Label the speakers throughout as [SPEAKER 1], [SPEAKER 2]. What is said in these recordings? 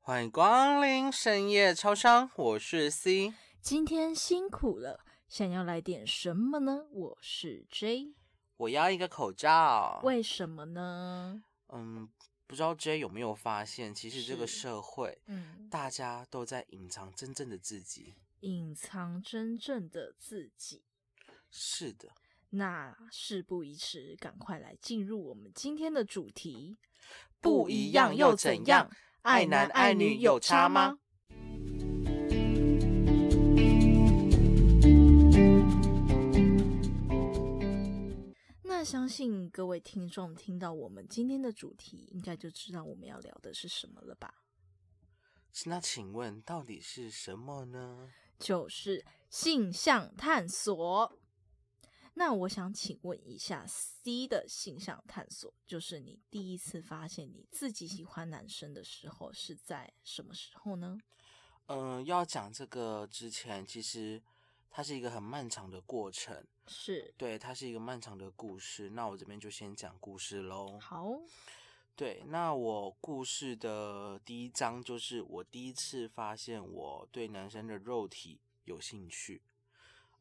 [SPEAKER 1] 欢迎光临深夜超商，我是 C。
[SPEAKER 2] 今天辛苦了，想要来点什么呢？我是 J，
[SPEAKER 1] 我要一个口罩。
[SPEAKER 2] 为什么呢？
[SPEAKER 1] 嗯，不知道 J 有没有发现，其实这个
[SPEAKER 2] 是
[SPEAKER 1] 社会
[SPEAKER 2] 嗯，
[SPEAKER 1] 大家都在隐藏真正的自己。
[SPEAKER 2] 隐藏真正的自己。
[SPEAKER 1] 是的，
[SPEAKER 2] 那事不宜迟，赶快来进入我们今天的主题。
[SPEAKER 1] 不一样又怎样？爱男爱女有差吗？
[SPEAKER 2] 那相信各位听众听到我们今天的主题，应该就知道我们要聊的是什么了吧？
[SPEAKER 1] 那请问到底是什么呢？
[SPEAKER 2] 就是性向探索。那我想请问一下，C 的性向探索，就是你第一次发现你自己喜欢男生的时候是在什么时候呢？
[SPEAKER 1] 嗯、要讲这个之前，其实它是一个很漫长的过程，
[SPEAKER 2] 是
[SPEAKER 1] 对，它是一个漫长的故事。那我这边就先讲故事喽。
[SPEAKER 2] 好，
[SPEAKER 1] 对，那我故事的第一章就是我第一次发现我对男生的肉体有兴趣。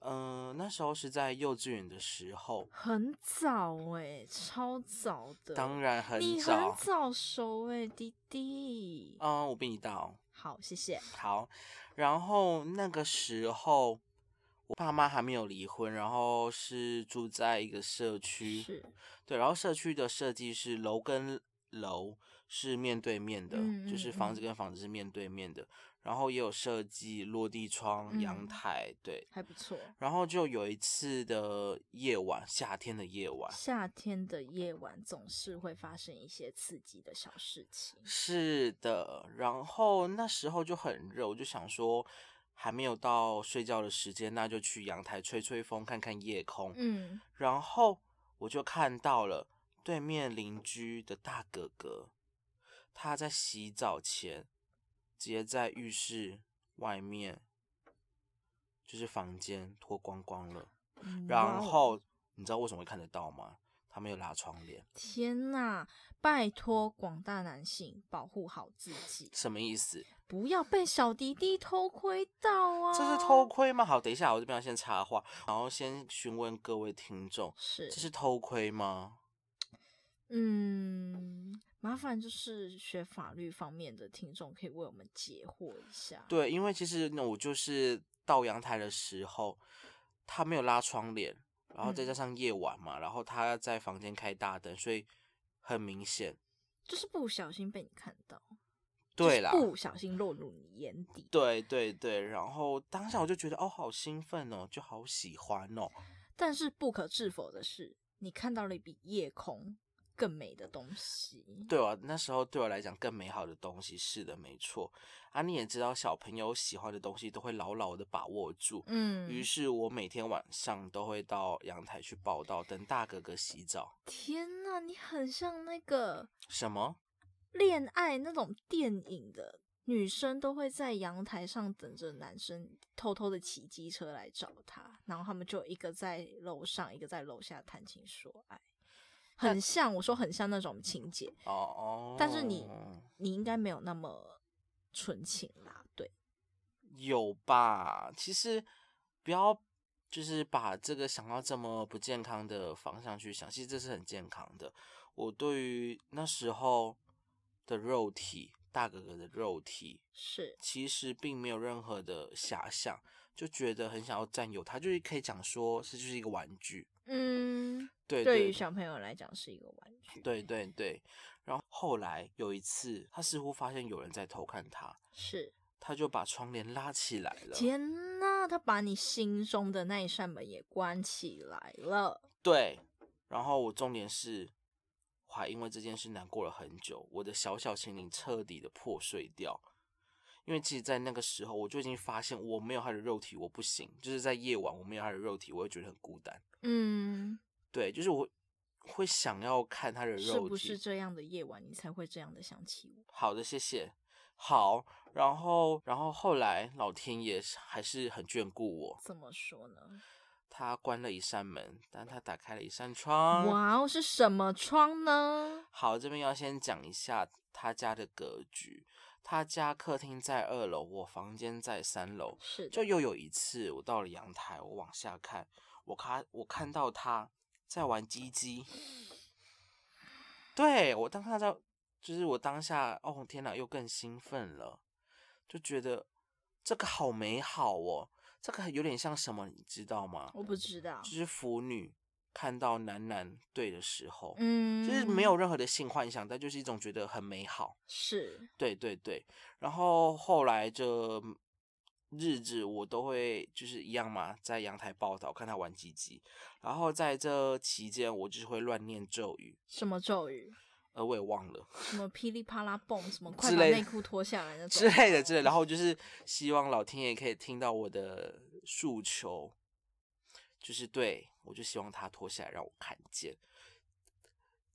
[SPEAKER 1] 嗯、那时候是在幼稚园的时候，
[SPEAKER 2] 很早哎、超早的，
[SPEAKER 1] 当然很
[SPEAKER 2] 你
[SPEAKER 1] 早
[SPEAKER 2] 很。早熟哎、弟弟。
[SPEAKER 1] 嗯，我比你大哦。
[SPEAKER 2] 好，谢谢。
[SPEAKER 1] 好，然后那个时候我爸妈还没有离婚，然后是住在一个社区，
[SPEAKER 2] 是，
[SPEAKER 1] 对，然后社区的设计是楼跟楼是面对面的，
[SPEAKER 2] 嗯
[SPEAKER 1] 就是
[SPEAKER 2] 嗯
[SPEAKER 1] 房子
[SPEAKER 2] 嗯
[SPEAKER 1] 跟房子是面对面的，然后也有设计落地窗、阳
[SPEAKER 2] 嗯
[SPEAKER 1] 台，对。
[SPEAKER 2] 还不错。
[SPEAKER 1] 然后就有一次的夜晚，夏天的夜晚，
[SPEAKER 2] 夏天的夜晚总是会发生一些刺激的小事情。
[SPEAKER 1] 是的，然后那时候就很热，我就想说还没有到睡觉的时间，那就去阳台吹吹风，看看夜空。
[SPEAKER 2] 嗯，
[SPEAKER 1] 然后我就看到了对面邻居的大哥哥，他在洗澡前直接在浴室外面，就是房间脱光光了。
[SPEAKER 2] 嗯哇
[SPEAKER 1] 然
[SPEAKER 2] 哦
[SPEAKER 1] 后你知道为什么会看得到吗？他没有拉窗帘，
[SPEAKER 2] 天呐！拜托广大男性保护好自己，
[SPEAKER 1] 什么意思？
[SPEAKER 2] 不要被小弟弟偷窥到啊！
[SPEAKER 1] 这是偷窥吗？好，等一下，我这边要先插话，然后先询问各位听众，
[SPEAKER 2] 是
[SPEAKER 1] 这是偷窥吗？
[SPEAKER 2] 嗯，麻烦就是学法律方面的听众可以为我们解惑一下。，
[SPEAKER 1] 对，因为其实呢，我就是到阳台的时候，他没有拉窗帘，然后再
[SPEAKER 2] 嗯
[SPEAKER 1] 加上夜晚嘛，然后他在房间开大灯，所以很明显。
[SPEAKER 2] 就是不小心被你看到，
[SPEAKER 1] 对啦
[SPEAKER 2] 就，是不小心落入你眼底。
[SPEAKER 1] 对对对，然后当下我就觉得哦，好兴奋哦，就好喜欢哦。
[SPEAKER 2] 但是不可置否的是，你看到了比夜空更美的东西。
[SPEAKER 1] 对我那时候对我来讲更美好的东西，是的，没错。啊，你也知道，小朋友喜欢的东西都会牢牢的把握住。
[SPEAKER 2] 嗯，
[SPEAKER 1] 于是我每天晚上都会到阳台去报道，等大哥哥洗澡。
[SPEAKER 2] 天呐，你很像那个
[SPEAKER 1] 什么？
[SPEAKER 2] 恋爱那种电影的女生都会在阳台上等着男生偷偷的骑机车来找她，然后他们就一个在楼上，一个在楼下谈情说
[SPEAKER 1] 呃
[SPEAKER 2] 爱，很像。我说很像那种情节，
[SPEAKER 1] 哦哦。
[SPEAKER 2] 但是你你应该没有那么纯情啦，对，
[SPEAKER 1] 有吧？其实不要就是把这个想到这么不健康的方向去想，其实这是很健康的。我对于那时候的肉体，大哥哥的肉体，
[SPEAKER 2] 是
[SPEAKER 1] 其实并没有任何的遐想，就觉得很想要占有它，就是可以讲说是就是一个玩具。
[SPEAKER 2] 嗯，
[SPEAKER 1] 对
[SPEAKER 2] 对
[SPEAKER 1] 对
[SPEAKER 2] 于小朋友来讲是一个玩具，
[SPEAKER 1] 对对对，然后后来有一次，他似乎发现有人在偷看他，
[SPEAKER 2] 是。
[SPEAKER 1] 他就把窗帘拉起来了。
[SPEAKER 2] 天呐，他把你心中的那一扇门也关起来了。
[SPEAKER 1] 对，然后我重点是，我还因为这件事难过了很久，我的小小心灵彻底的破碎掉。因为其实，在那个时候，我就已经发现我没有他的肉体，我不行。就是在夜晚，我没有他的肉体，我会觉得很孤单。
[SPEAKER 2] 嗯，
[SPEAKER 1] 对，就是我会想要看他的肉体。
[SPEAKER 2] 是不是这样的夜晚你才会这样的想起我？
[SPEAKER 1] 好的，谢谢。好，然后，然后后来老天爷是还是很眷顾我，
[SPEAKER 2] 怎么说呢？
[SPEAKER 1] 他关了一扇门，但他打开了一扇窗。
[SPEAKER 2] 哇哦，是什么窗呢？
[SPEAKER 1] 好，这边要先讲一下他家的格局。他家客厅在二楼，我房间在三楼。
[SPEAKER 2] 是的
[SPEAKER 1] 就又有一次，我到了阳台，我往下看，我看我看到他在玩鸡鸡。对我当下在，就是我当下，哦天哪，又更兴奋了，就觉得这个好美好哦，这个有点像什么，你知道吗？
[SPEAKER 2] 我不知道
[SPEAKER 1] 就，是腐女看到男男对的时候，
[SPEAKER 2] 嗯，
[SPEAKER 1] 就是没有任何的性幻想，但就是一种觉得很美好。
[SPEAKER 2] 是
[SPEAKER 1] 对对对，然后后来这日子我都会就是一样嘛，在阳台报道看他玩鸡鸡，然后在这期间我就是会乱念咒语，
[SPEAKER 2] 什么咒语，
[SPEAKER 1] 呃，我也忘了
[SPEAKER 2] 什么噼里啪啦蹦，什么快
[SPEAKER 1] 之
[SPEAKER 2] 把
[SPEAKER 1] 类的
[SPEAKER 2] 内裤脱下 来那种嗯
[SPEAKER 1] 之类的之类的，然后就是希望老天爷可以听到我的诉求，就是对我就希望他脱下来让我看见，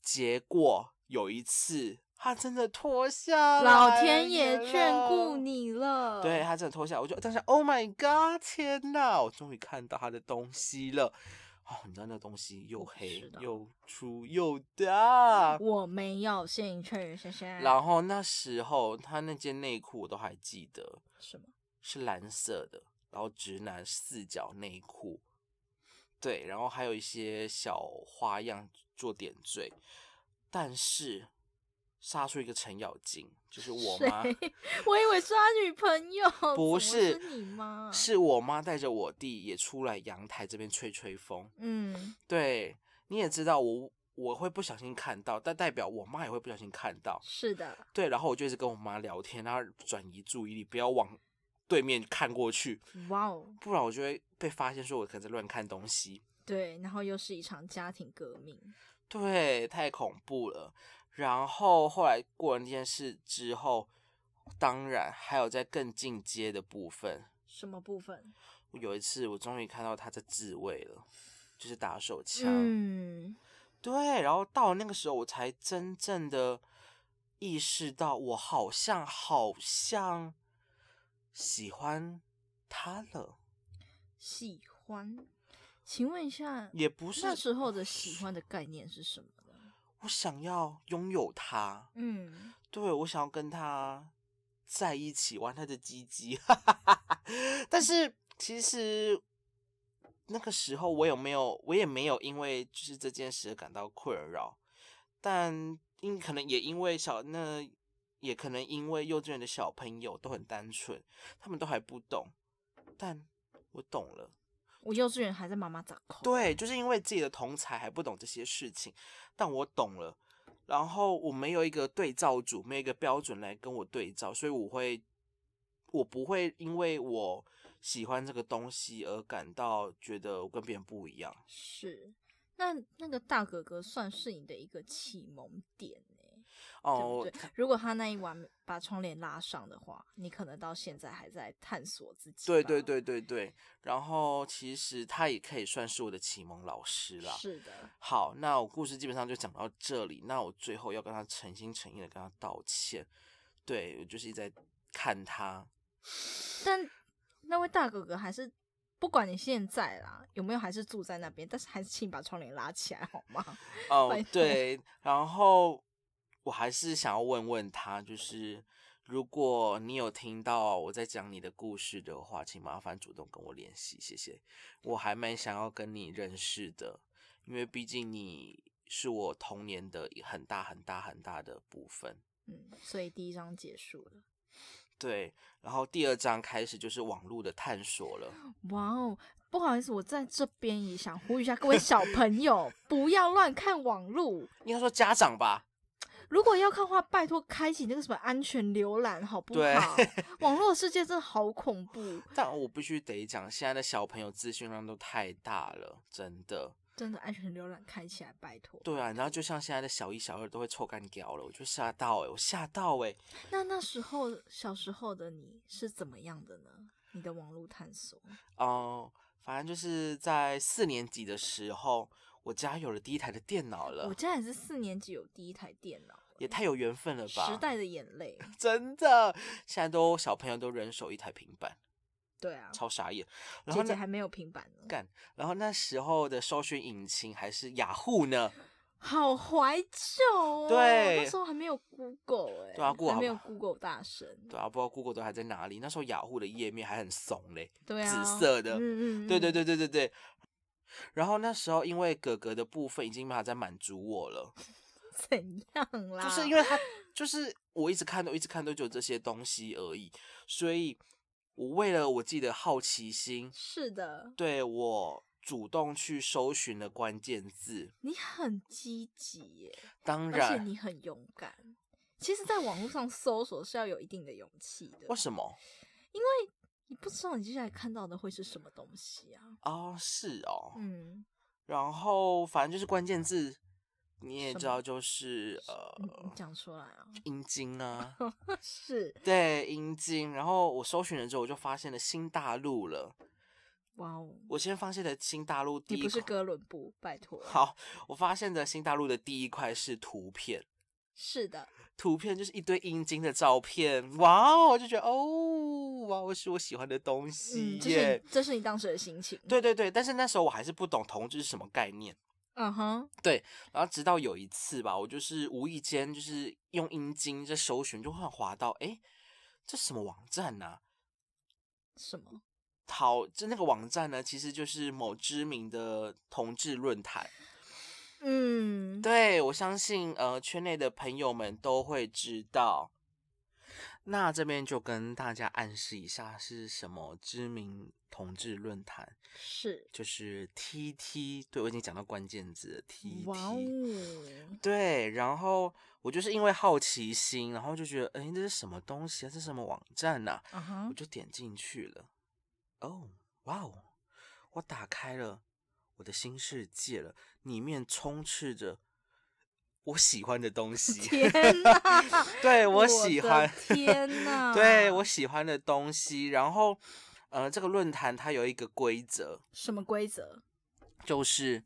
[SPEAKER 1] 结果有一次他真的脱下来，
[SPEAKER 2] 老天爷眷顾。你了，
[SPEAKER 1] 对他真的脱下来，我就当时 Oh my God，天哪！我终于看到他的东西了。哦，你知道那个东西又
[SPEAKER 2] 我知
[SPEAKER 1] 黑
[SPEAKER 2] 道
[SPEAKER 1] 又粗又大。
[SPEAKER 2] 我没有性趣，谢谢。
[SPEAKER 1] 然后那时候他那件内裤我都还记得
[SPEAKER 2] 什么？
[SPEAKER 1] 是蓝色的，然后直男四角内裤，对，然后还有一些小花样做点缀，但是杀出一个程咬金，就是我妈。
[SPEAKER 2] 谁？我以为是他女朋友，怎
[SPEAKER 1] 不
[SPEAKER 2] 么
[SPEAKER 1] 是
[SPEAKER 2] 是你妈，
[SPEAKER 1] 是我妈带着我弟也出来阳台这边吹吹风。
[SPEAKER 2] 嗯，
[SPEAKER 1] 对，你也知道我我会不小心看到，但代表我妈也会不小心看到。
[SPEAKER 2] 是的，
[SPEAKER 1] 对，然后我就一直跟我妈聊天，然后转移注意力，不要往对面看过去，
[SPEAKER 2] 哇哦，
[SPEAKER 1] 不然我就会被发现说我可能在乱看东西。
[SPEAKER 2] 对，然后又是一场家庭革命，
[SPEAKER 1] 对，太恐怖了。然后后来过了那件事之后，当然还有在更进阶的部分，
[SPEAKER 2] 什么部分？
[SPEAKER 1] 有一次我终于看到他在自慰了，就是打手枪。
[SPEAKER 2] 嗯，
[SPEAKER 1] 对，然后到了那个时候，我才真正的意识到，我好像好像喜欢他了，
[SPEAKER 2] 喜欢。请问一下，
[SPEAKER 1] 也不是
[SPEAKER 2] 那时候的喜欢的概念是什么呢？
[SPEAKER 1] 我想要拥有他，
[SPEAKER 2] 嗯，
[SPEAKER 1] 对我想要跟他在一起玩他的鸡鸡，但是其实。那个时候我有没有，我也没有因为就是这件事感到困扰，但因可能也因为小那，也可能因为幼稚园的小朋友都很单纯，他们都还不懂，但我懂了。
[SPEAKER 2] 我幼稚园还在妈妈掌控。，
[SPEAKER 1] 对，就是因为自己的同才还不懂这些事情，但我懂了。然后我没有一个对照组，没有一个标准来跟我对照，所以我会，我不会因为我喜欢这个东西而感到觉得我跟别人不一样。
[SPEAKER 2] 是。那那个大哥哥算是你的一个启蒙点欸
[SPEAKER 1] 哦，
[SPEAKER 2] 对不对？如果他那一晚把窗帘拉上的话，你可能到现在还在探索自己。
[SPEAKER 1] 对对，对对对。然后其实他也可以算是我的启蒙老师啦。
[SPEAKER 2] 是的，
[SPEAKER 1] 好，那我故事基本上就讲到这里。那我最后要跟他诚心诚意的跟他道歉，对我就是一直在看他，
[SPEAKER 2] 但那位大哥哥还是。不管你现在啦有没有还是住在那边，但是还是请你把窗帘拉起来好吗？
[SPEAKER 1] 哦
[SPEAKER 2] 拜，托
[SPEAKER 1] 对，然后我还是想要问问他，就是如果你有听到我在讲你的故事的话，请麻烦主动跟我联系，谢谢。我还蛮想要跟你认识的，因为毕竟你是我童年的一很大很大很大的部分。
[SPEAKER 2] 嗯，所以第一章结束了。
[SPEAKER 1] 对，然后第二章开始就是网络的探索了。
[SPEAKER 2] 哇哦，不好意思，我在这边也想呼吁一下各位小朋友，不要乱看网路。
[SPEAKER 1] 应该说家长吧，
[SPEAKER 2] 如果要看的话，拜托开启那个什么安全浏览，好不
[SPEAKER 1] 对
[SPEAKER 2] 好？ 网络世界真的好恐怖，
[SPEAKER 1] 但我必须得讲，现在的小朋友资讯量都太大了，真的。
[SPEAKER 2] 真的安全浏览开起来，拜托。
[SPEAKER 1] 对啊，然后就像现在的小一、小二都会臭干掉了，我就吓到哎、我吓到哎、
[SPEAKER 2] 那那时候小时候的你是怎么样的呢？你的网络探索，
[SPEAKER 1] 哦、反正就是在四年级的时候，我家有了第一台的电脑了
[SPEAKER 2] 我，家也是四年级有第一台电脑，
[SPEAKER 1] 也太有缘分了吧！
[SPEAKER 2] 时代的眼泪，
[SPEAKER 1] 真的，现在都小朋友都人手一台平板，
[SPEAKER 2] 对啊，
[SPEAKER 1] 超傻眼。 然后
[SPEAKER 2] 姐姐
[SPEAKER 1] 呢，
[SPEAKER 2] 还没有平板呢，
[SPEAKER 1] 干，然后那时候的搜寻引擎还是雅虎呢，
[SPEAKER 2] 好怀旧哦。
[SPEAKER 1] 对
[SPEAKER 2] 那时候还没有 Google 哎、
[SPEAKER 1] 对啊，Google
[SPEAKER 2] 还没有
[SPEAKER 1] 好
[SPEAKER 2] Google 大神，
[SPEAKER 1] 对啊，不知道 Google 都还在哪里。那时候雅虎的页面还很怂嘞，
[SPEAKER 2] 对啊，
[SPEAKER 1] 紫色的
[SPEAKER 2] 嗯嗯，
[SPEAKER 1] 对对
[SPEAKER 2] 对，
[SPEAKER 1] 对对对对。然后那时候因为哥哥的部分已经没法再满足我了，
[SPEAKER 2] 怎样啦？
[SPEAKER 1] 就是因为他就是我一直看都一直看都只有这些东西而已，所以我为了我自己的好奇心，
[SPEAKER 2] 是的，
[SPEAKER 1] 对我主动去搜寻了关键字。
[SPEAKER 2] 你很积极耶，
[SPEAKER 1] 当
[SPEAKER 2] 而且
[SPEAKER 1] 然，
[SPEAKER 2] 你很勇敢。其实，在网络上搜索是要有一定的勇气的
[SPEAKER 1] 为，什么？
[SPEAKER 2] 你不知道你接下来看到的会是什么东西啊？
[SPEAKER 1] 哦，是哦。
[SPEAKER 2] 嗯，
[SPEAKER 1] 然后反正就是关键字，你也
[SPEAKER 2] 什
[SPEAKER 1] 知
[SPEAKER 2] 么
[SPEAKER 1] 道，就是
[SPEAKER 2] 你你
[SPEAKER 1] 呃，
[SPEAKER 2] 讲出来啊，
[SPEAKER 1] 阴茎啊，
[SPEAKER 2] 是
[SPEAKER 1] 对，阴茎。然后我搜寻了之后，我就发现了新大陆了。
[SPEAKER 2] 哇哦，
[SPEAKER 1] 我先发现的新大陆第
[SPEAKER 2] 你
[SPEAKER 1] 一
[SPEAKER 2] 不是
[SPEAKER 1] 块，
[SPEAKER 2] 哥伦布，拜托，，
[SPEAKER 1] 好，我发现的新大陆的第一块是图片，
[SPEAKER 2] 是的，
[SPEAKER 1] 图片就是一堆阴茎的照片，哇哦，我就觉得哦，哇哦，是我喜欢的东西
[SPEAKER 2] 嗯，这是
[SPEAKER 1] 耶。
[SPEAKER 2] 你这是你当时的心情，，
[SPEAKER 1] 对对对，但是那时候我还是不懂同志是什么概念。
[SPEAKER 2] 嗯哼，
[SPEAKER 1] 然后直到有一次吧，我就是无意间就是用阴茎在搜寻，就忽然滑到，诶，这什么网站呐、
[SPEAKER 2] 什么？
[SPEAKER 1] 好，这那个网站呢，其实就是某知名的同志论坛。
[SPEAKER 2] 嗯，
[SPEAKER 1] 对我相信，呃，圈内的朋友们都会知道。那这边就跟大家暗示一下是什么知名同志论坛，
[SPEAKER 2] 是，
[SPEAKER 1] 就是 TT。对我已经讲到关键字了，TT。
[SPEAKER 2] 哇哦，
[SPEAKER 1] 对，然后我就是因为好奇心，然后就觉得，哎，这是什么东西啊？这是什么网站呐、
[SPEAKER 2] 啊
[SPEAKER 1] 我
[SPEAKER 2] 哈，
[SPEAKER 1] 就点进去了。哦，哇哦！我打开了我的新世界了，里面充斥着我喜欢的东西。
[SPEAKER 2] 天哪，
[SPEAKER 1] 对
[SPEAKER 2] 我
[SPEAKER 1] 喜
[SPEAKER 2] 的
[SPEAKER 1] 欢，
[SPEAKER 2] 天哪，
[SPEAKER 1] 对我喜欢的东西。然后，呃，这个论坛它有一个规则，
[SPEAKER 2] 什么规则？
[SPEAKER 1] 就是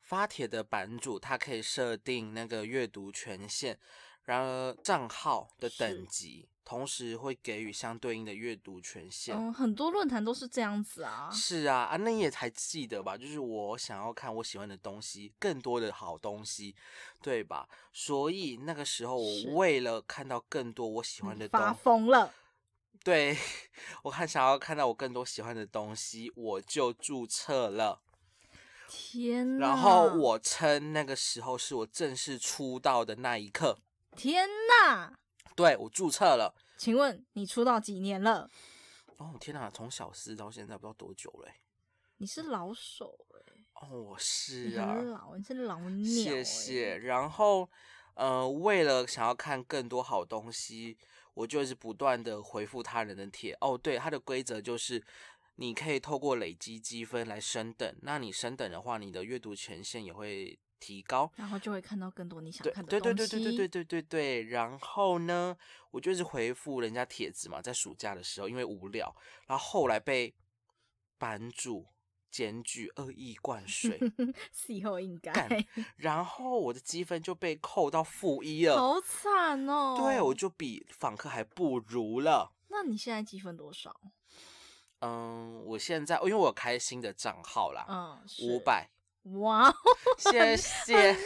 [SPEAKER 1] 发帖的版主他可以设定那个阅读权限，然而账号的
[SPEAKER 2] 是
[SPEAKER 1] 等级，同时会给予相对应的阅读权限。
[SPEAKER 2] 嗯，很多论坛都是这样子啊，
[SPEAKER 1] 是啊，啊，那你也才记得吧？就是我想要看我喜欢的东西，更多的好东西，对吧？所以那个时候，
[SPEAKER 2] 是
[SPEAKER 1] 我为了看到更多我喜欢
[SPEAKER 2] 你
[SPEAKER 1] 的东
[SPEAKER 2] 嗯发疯了，
[SPEAKER 1] 对 我看想要看到我更多喜欢的东西，我就注册了。
[SPEAKER 2] 天哪，
[SPEAKER 1] 然后我称那个时候是我正式出道的那一刻，
[SPEAKER 2] 天哪，
[SPEAKER 1] 对我注册了。
[SPEAKER 2] 请问你出道几年了？
[SPEAKER 1] 哦天哪，从小四到现在不知道多久了欸、
[SPEAKER 2] 你是老手哎、
[SPEAKER 1] 哦，我
[SPEAKER 2] 你
[SPEAKER 1] 是啊，
[SPEAKER 2] 很老，你是老鸟、
[SPEAKER 1] 谢
[SPEAKER 2] 欸
[SPEAKER 1] 谢。。然后，呃，为了想要看更多好东西，我就是不断的回复他人的帖。哦，对，它的规则就是你可以透过累积积分来升等。那你升等的话，你的阅读权限也会提高。
[SPEAKER 2] 然后就会看到更多你想
[SPEAKER 1] 对
[SPEAKER 2] 看的
[SPEAKER 1] 对对
[SPEAKER 2] 东
[SPEAKER 1] 对对对
[SPEAKER 2] 西
[SPEAKER 1] 对对对对，然后呢，我就是回复人家帖子嘛，在暑假的时候，因为无聊，然后后来被版主检举恶意灌水，
[SPEAKER 2] 事后应该
[SPEAKER 1] 干然后我的积分就被扣到负一了，
[SPEAKER 2] 好惨哦。
[SPEAKER 1] 对我就比访客还不如了。
[SPEAKER 2] 那你现在积分多少？
[SPEAKER 1] 嗯，我现在因为我有开新的账号啦，
[SPEAKER 2] 嗯，
[SPEAKER 1] 五
[SPEAKER 2] 是。
[SPEAKER 1] 百，
[SPEAKER 2] 哇，哦
[SPEAKER 1] 谢谢，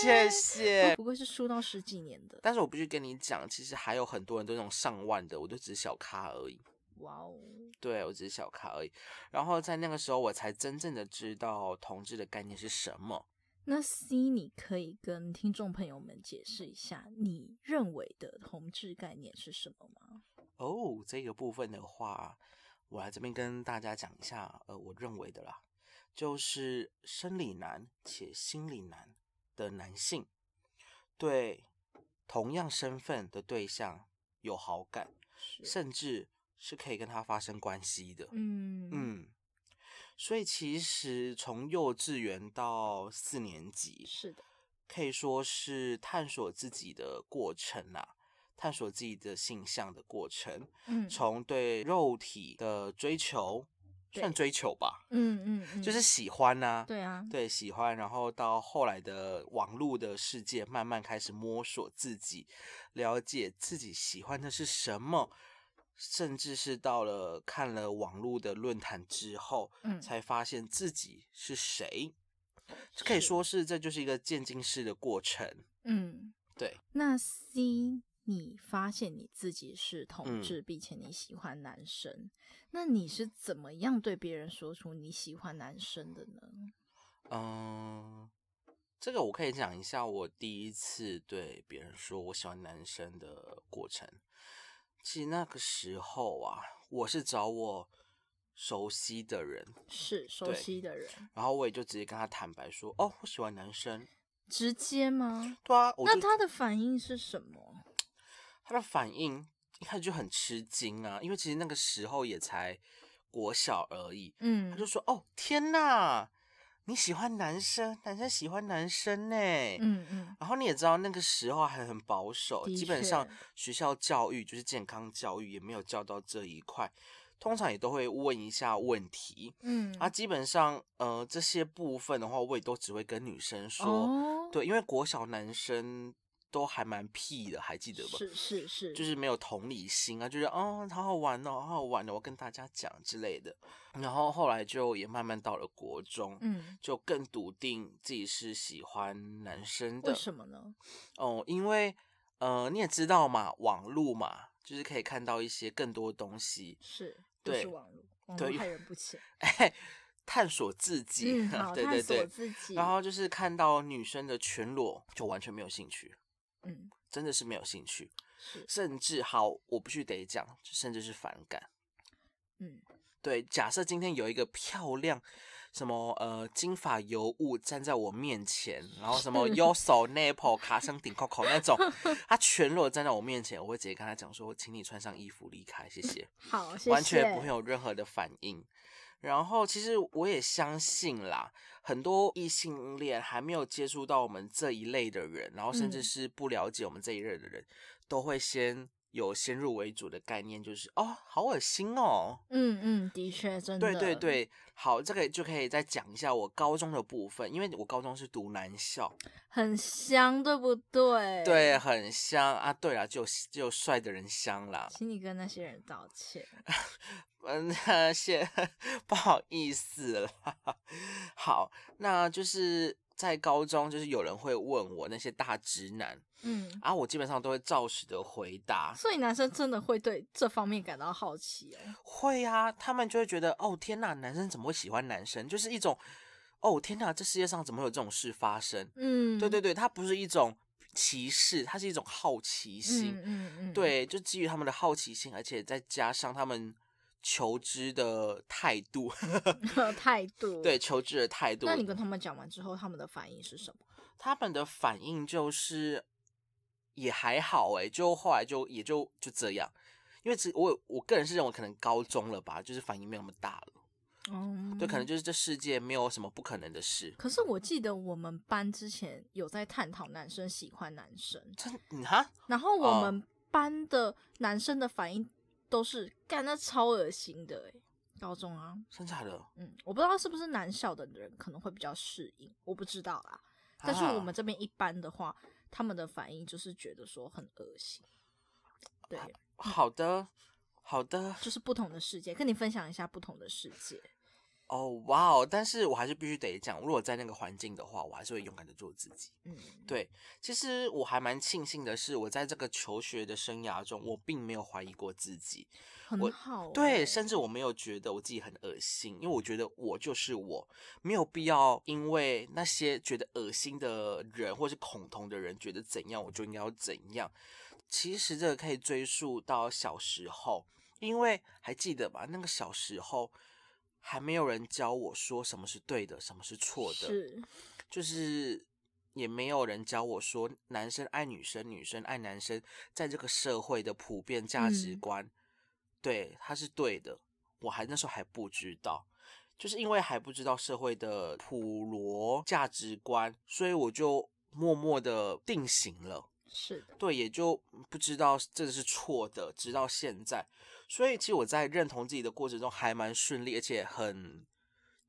[SPEAKER 1] 谢谢。
[SPEAKER 2] 不愧是出道十几年的。
[SPEAKER 1] 但是我必须跟你讲，其实还有很多人都那种上万的，我就只是小咖而已。
[SPEAKER 2] 哇哦，
[SPEAKER 1] 对我只是小咖而已。然后在那个时候，我才真正的知道同志的概念是什么。
[SPEAKER 2] 那 C，你可以跟听众朋友们解释一下，你认为的同志概念是什么吗？
[SPEAKER 1] 哦，这个部分的话，我来这边跟大家讲一下，呃，我认为的啦，就是生理男且心理男的男性，对同样身份的对象有好感，
[SPEAKER 2] 是，
[SPEAKER 1] 甚至是可以跟他发生关系的。
[SPEAKER 2] 嗯嗯，
[SPEAKER 1] 嗯，所以其实从幼稚园到四年级，
[SPEAKER 2] 是的，
[SPEAKER 1] 可以说是探索自己的过程啦、探索自己的性向的过程。
[SPEAKER 2] 嗯，
[SPEAKER 1] 从对肉体的追求，
[SPEAKER 2] 对
[SPEAKER 1] 算追求吧，
[SPEAKER 2] 嗯嗯嗯，
[SPEAKER 1] 就是喜欢呐、
[SPEAKER 2] 对啊，
[SPEAKER 1] 对喜欢，然后到后来的网络的世界，慢慢开始摸索自己，了解自己喜欢的是什么，甚至是到了看了网络的论坛之后，
[SPEAKER 2] 嗯，
[SPEAKER 1] 才发现自己是谁。可以
[SPEAKER 2] 是
[SPEAKER 1] 说是这就是一个渐进式的过程。
[SPEAKER 2] 嗯，
[SPEAKER 1] 对。
[SPEAKER 2] 那 C，你发现你自己是同
[SPEAKER 1] 嗯
[SPEAKER 2] 志，并且你喜欢男生，那你是怎么样对别人说出你喜欢男生的呢？
[SPEAKER 1] 嗯，这个我可以讲一下我第一次对别人说我喜欢男生的过程。其实那个时候啊，我是找我熟悉的人，
[SPEAKER 2] 是熟
[SPEAKER 1] 对
[SPEAKER 2] 悉的人，
[SPEAKER 1] 然后我也就直接跟他坦白说，哦，我喜欢男生。
[SPEAKER 2] 直接吗？
[SPEAKER 1] 对啊，我
[SPEAKER 2] 那
[SPEAKER 1] 就
[SPEAKER 2] 他的反应是什么？
[SPEAKER 1] 他的反应一开始就很吃惊啊，因为其实那个时候也才国小而已，他
[SPEAKER 2] 嗯
[SPEAKER 1] 就说，哦，天呐，你喜欢男生，男生喜欢男生呢、
[SPEAKER 2] 嗯嗯，
[SPEAKER 1] 然后你也知道，那个时候还很保守，
[SPEAKER 2] 的
[SPEAKER 1] 基本上
[SPEAKER 2] 确
[SPEAKER 1] 学校教育就是健康教育也没有教到这一块，通常也都会问一下问题。
[SPEAKER 2] 嗯
[SPEAKER 1] 啊，基本上呃这些部分的话，我也都只会跟女生说，
[SPEAKER 2] 哦，
[SPEAKER 1] 对，因为国小男生都还蛮屁的，还记得吧？
[SPEAKER 2] 是是是，
[SPEAKER 1] 就是没有同理心啊，就是哦，好好玩哦，好好玩哦，我跟大家讲之类的。然后后来就也慢慢到了国中，
[SPEAKER 2] 嗯，
[SPEAKER 1] 就更笃定自己是喜欢男生的。
[SPEAKER 2] 为什么呢？
[SPEAKER 1] 哦，因为呃，你也知道嘛，网络嘛，就是可以看到一些更多东西，
[SPEAKER 2] 是就
[SPEAKER 1] 对
[SPEAKER 2] 是网络，网络
[SPEAKER 1] 对
[SPEAKER 2] 害人不浅。
[SPEAKER 1] 哎，探索自己， 啊
[SPEAKER 2] 嗯，好，
[SPEAKER 1] 对
[SPEAKER 2] 探
[SPEAKER 1] 对
[SPEAKER 2] 索
[SPEAKER 1] 对。
[SPEAKER 2] 自己，
[SPEAKER 1] 然后就是看到女生的全裸，就完全没有兴趣，
[SPEAKER 2] 嗯，
[SPEAKER 1] 真的是没有兴趣，
[SPEAKER 2] 是
[SPEAKER 1] 甚至好，我必须得讲，甚至是反感。
[SPEAKER 2] 嗯
[SPEAKER 1] 对，假设今天有一个漂亮。什么呃，金发尤物站在我面前，然后什么
[SPEAKER 2] 是
[SPEAKER 1] 右手 nipple 卡上顶扣扣那 种，她全裸站在我面前，我会直接跟她讲说，请你穿上衣服离开，谢 谢。
[SPEAKER 2] 好，谢谢。
[SPEAKER 1] 完全不会有任何的反应。然后，其实我也相信啦，很多异性恋还没有接触到我们这一类的人，然后甚
[SPEAKER 2] 嗯
[SPEAKER 1] 至是不了解我们这一类的人，都会先有先入为主的概念，就是哦，好恶心哦。
[SPEAKER 2] 嗯嗯，的确，真的，
[SPEAKER 1] 对对，对，好，这个就可以再讲一下我高中的部分，因为我高中是读男校，
[SPEAKER 2] 很香，对不对？
[SPEAKER 1] 对，，很香啊。对啦，就就帅的人香啦，
[SPEAKER 2] 请你跟那些人道歉。
[SPEAKER 1] 嗯，那些 不好意思啦。好，那就是在高中，就是有人会问我那些大直男
[SPEAKER 2] 嗯，
[SPEAKER 1] 啊，我基本上都会照实的回答。
[SPEAKER 2] 所以男生真的会对这方面感到好奇哦。
[SPEAKER 1] 会啊，他们就会觉得哦天呐，男生怎么会喜欢男生？就是一种哦天呐，这世界上怎么会有这种事发生？
[SPEAKER 2] 嗯，
[SPEAKER 1] 对对对，它不是一种歧视，它是一种好奇心。
[SPEAKER 2] 嗯嗯嗯，
[SPEAKER 1] 对，就基于他们的好奇心，而且再加上他们求知的态度，
[SPEAKER 2] 态度。
[SPEAKER 1] 对，求知的态度。
[SPEAKER 2] 那你跟他们讲完之后，他们的反应是什么？
[SPEAKER 1] 他们的反应就是也还好诶、就后来就也就就这样。因为其实我我个人是认为可能高中了吧，就是反应没有那么大了，
[SPEAKER 2] 嗯，
[SPEAKER 1] 哦对，可能就是这世界没有什么不可能的事。
[SPEAKER 2] 可是我记得我们班之前有在探讨男生喜欢男生，
[SPEAKER 1] 真你哈，
[SPEAKER 2] 然后我
[SPEAKER 1] 哦
[SPEAKER 2] 们班的男生的反应都是干那超恶心的、欸，高中啊，
[SPEAKER 1] 真假的？
[SPEAKER 2] 嗯，我不知道是不是男校的人可能会比较适应，我不知道啦。但是
[SPEAKER 1] 啊
[SPEAKER 2] 我们这边一般的话，他们的反应就是觉得说很恶心。对，
[SPEAKER 1] 啊好的，好的，
[SPEAKER 2] 就是不同的世界，跟你分享一下不同的世界。
[SPEAKER 1] 哦哇哦！但是我还是必须得讲，如果在那个环境的话，我还是会勇敢的做自己。
[SPEAKER 2] 嗯，
[SPEAKER 1] 对，其实我还蛮庆幸的是，我在这个求学的生涯中，我并没有怀疑过自己。
[SPEAKER 2] 很
[SPEAKER 1] 我
[SPEAKER 2] 好欸、
[SPEAKER 1] 对，甚至我没有觉得我自己很恶心，因为我觉得我就是我，没有必要因为那些觉得恶心的人或是恐同的人觉得怎样，我就应该要怎样。其实这个可以追溯到小时候，因为还记得吧？那个小时候还没有人教我说什么是对的，什么是错的，
[SPEAKER 2] 是
[SPEAKER 1] 就是也没有人教我说男生爱女生，女生爱男生，在这个社会的普遍价值
[SPEAKER 2] 嗯
[SPEAKER 1] 观，对他是对的。我还那时候还不知道，就是因为还不知道社会的普罗价值观，所以我就默默的定型了。
[SPEAKER 2] 是的，
[SPEAKER 1] 对，也就不知道这是错的，直到现在。所以其实我在认同自己的过程中还蛮顺利，而且很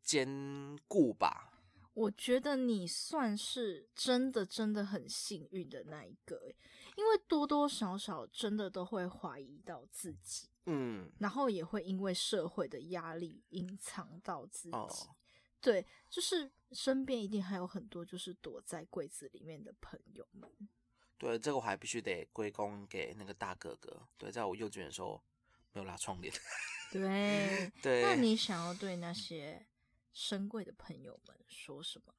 [SPEAKER 1] 坚固吧。
[SPEAKER 2] 我觉得你算是真的真的很幸运的那一个欸、因为多多少少真的都会怀疑到自己。
[SPEAKER 1] 嗯，
[SPEAKER 2] 然后也会因为社会的压力隐藏到自己。
[SPEAKER 1] 哦
[SPEAKER 2] 对，就是身边一定还有很多就是躲在柜子里面的朋友们。
[SPEAKER 1] 对，这个我还必须得归功给那个大哥哥。对，在我幼稚园的时候没有拉窗帘。
[SPEAKER 2] 对，
[SPEAKER 1] 对，
[SPEAKER 2] 嗯那你想要对那些深贵的朋友们说什么？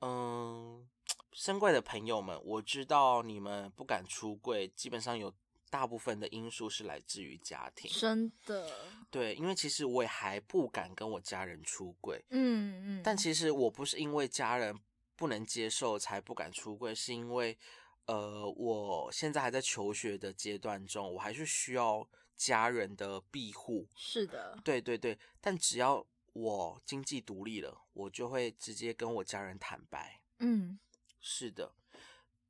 [SPEAKER 1] 嗯，深贵的朋友们，我知道你们不敢出柜，基本上有大部分的因素是来自于家庭。
[SPEAKER 2] 真的，
[SPEAKER 1] 对，因为其实我也还不敢跟我家人出柜，
[SPEAKER 2] 嗯嗯，
[SPEAKER 1] 但其实我不是因为家人不能接受才不敢出柜，是因为呃，我现在还在求学的阶段中，我还是需要家人的庇护。
[SPEAKER 2] 是的，
[SPEAKER 1] 对对对，但只要我经济独立了，我就会直接跟我家人坦白。
[SPEAKER 2] 嗯，
[SPEAKER 1] 是的，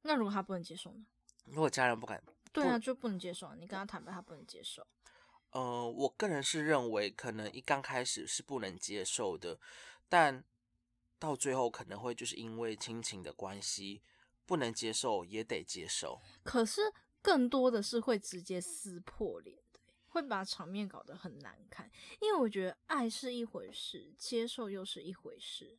[SPEAKER 2] 那如果他不能接受呢？
[SPEAKER 1] 如果家人不敢，
[SPEAKER 2] 对啊，就不能接受啊。你跟他坦白，他不能接受。
[SPEAKER 1] 呃，我个人是认为可能一刚开始是不能接受的，但到最后可能会就是因为亲情的关系，不能接受也得接受。
[SPEAKER 2] 可是更多的是会直接撕破脸的，欸会把场面搞得很难看。因为我觉得爱是一回事，接受又是一回事。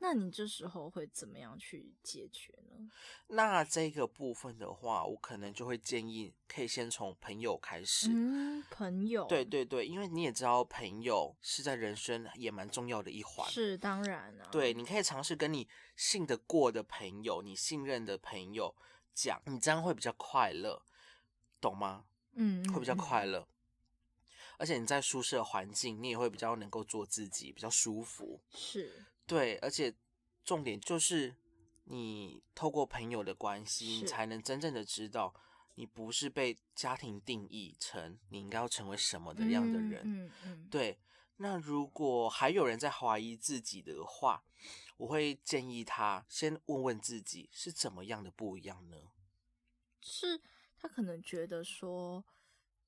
[SPEAKER 2] 那你这时候会怎么样去解决呢？
[SPEAKER 1] 那这个部分的话，我可能就会建议可以先从朋友开始。
[SPEAKER 2] 嗯，朋友，
[SPEAKER 1] 对，对对，因为你也知道，朋友是在人生也蛮重要的一环。
[SPEAKER 2] 是当然啊，
[SPEAKER 1] 对，你可以尝试跟你信得过的朋友、你信任的朋友讲，你这样会比较快乐，懂吗？
[SPEAKER 2] 嗯，嗯，
[SPEAKER 1] 会比较
[SPEAKER 2] 嗯。
[SPEAKER 1] 快乐，而且你在舒适的环境，你也会比较能够做自己，比较舒服。
[SPEAKER 2] 是，
[SPEAKER 1] 对，而且重点就是你透过朋友的关系，你
[SPEAKER 2] 是
[SPEAKER 1] 才能真正的知道，你不是被家庭定义成你应该要成为什么的样的人。
[SPEAKER 2] 嗯嗯，嗯
[SPEAKER 1] 对，那如果还有人在怀疑自己的话，我会建议他先问问自己是怎么样的不一样呢？
[SPEAKER 2] 是他可能觉得说，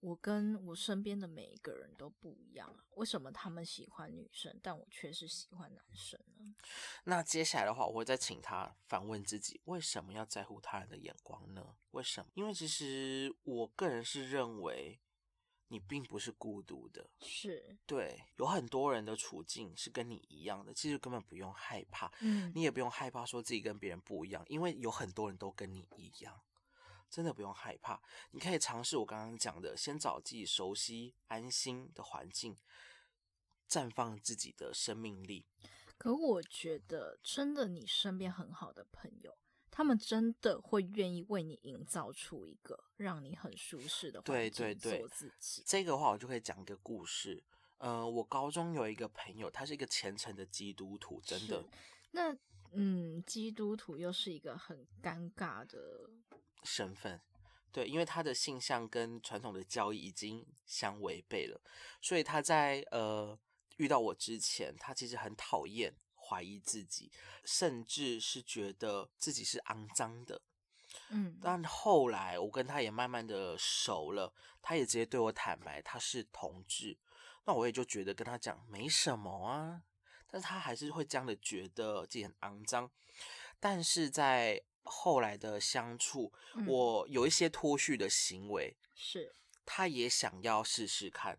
[SPEAKER 2] 我跟我身边的每一个人都不一样啊，为什么他们喜欢女生，但我却是喜欢男生呢？
[SPEAKER 1] 那接下来的话，我会再请他反问自己，为什么要在乎他人的眼光呢？为什么？因为其实我个人是认为，你并不是孤独的。
[SPEAKER 2] 是，
[SPEAKER 1] 对，有很多人的处境是跟你一样的，其实根本不用害怕，
[SPEAKER 2] 嗯，
[SPEAKER 1] 你也不用害怕说自己跟别人不一样，因为有很多人都跟你一样，真的不用害怕。你可以尝试我刚刚讲的，先找自己熟悉、安心的环境，绽放自己的生命力。
[SPEAKER 2] 可我觉得，真的，你身边很好的朋友，他们真的会愿意为你营造出一个让你很舒适的
[SPEAKER 1] 对
[SPEAKER 2] 环境，
[SPEAKER 1] 对对
[SPEAKER 2] 做自己。
[SPEAKER 1] 这个的话，我就可以讲一个故事。呃，我高中有一个朋友，他是一个虔诚的基督徒，真的
[SPEAKER 2] 是那嗯，基督徒又是一个很尴尬的，
[SPEAKER 1] 身份。对，因为他的性向跟传统的教义已经相违背了，所以他在呃遇到我之前，他其实很讨厌怀疑自己，甚至是觉得自己是肮脏的。
[SPEAKER 2] 嗯，
[SPEAKER 1] 但后来我跟他也慢慢的熟了，他也直接对我坦白他是同志，那我也就觉得跟他讲没什么啊，但是他还是会这样的觉得自己很肮脏，但是在后来的相处，
[SPEAKER 2] 嗯
[SPEAKER 1] 我有一些脱序的行为，
[SPEAKER 2] 是
[SPEAKER 1] 他也想要试试看，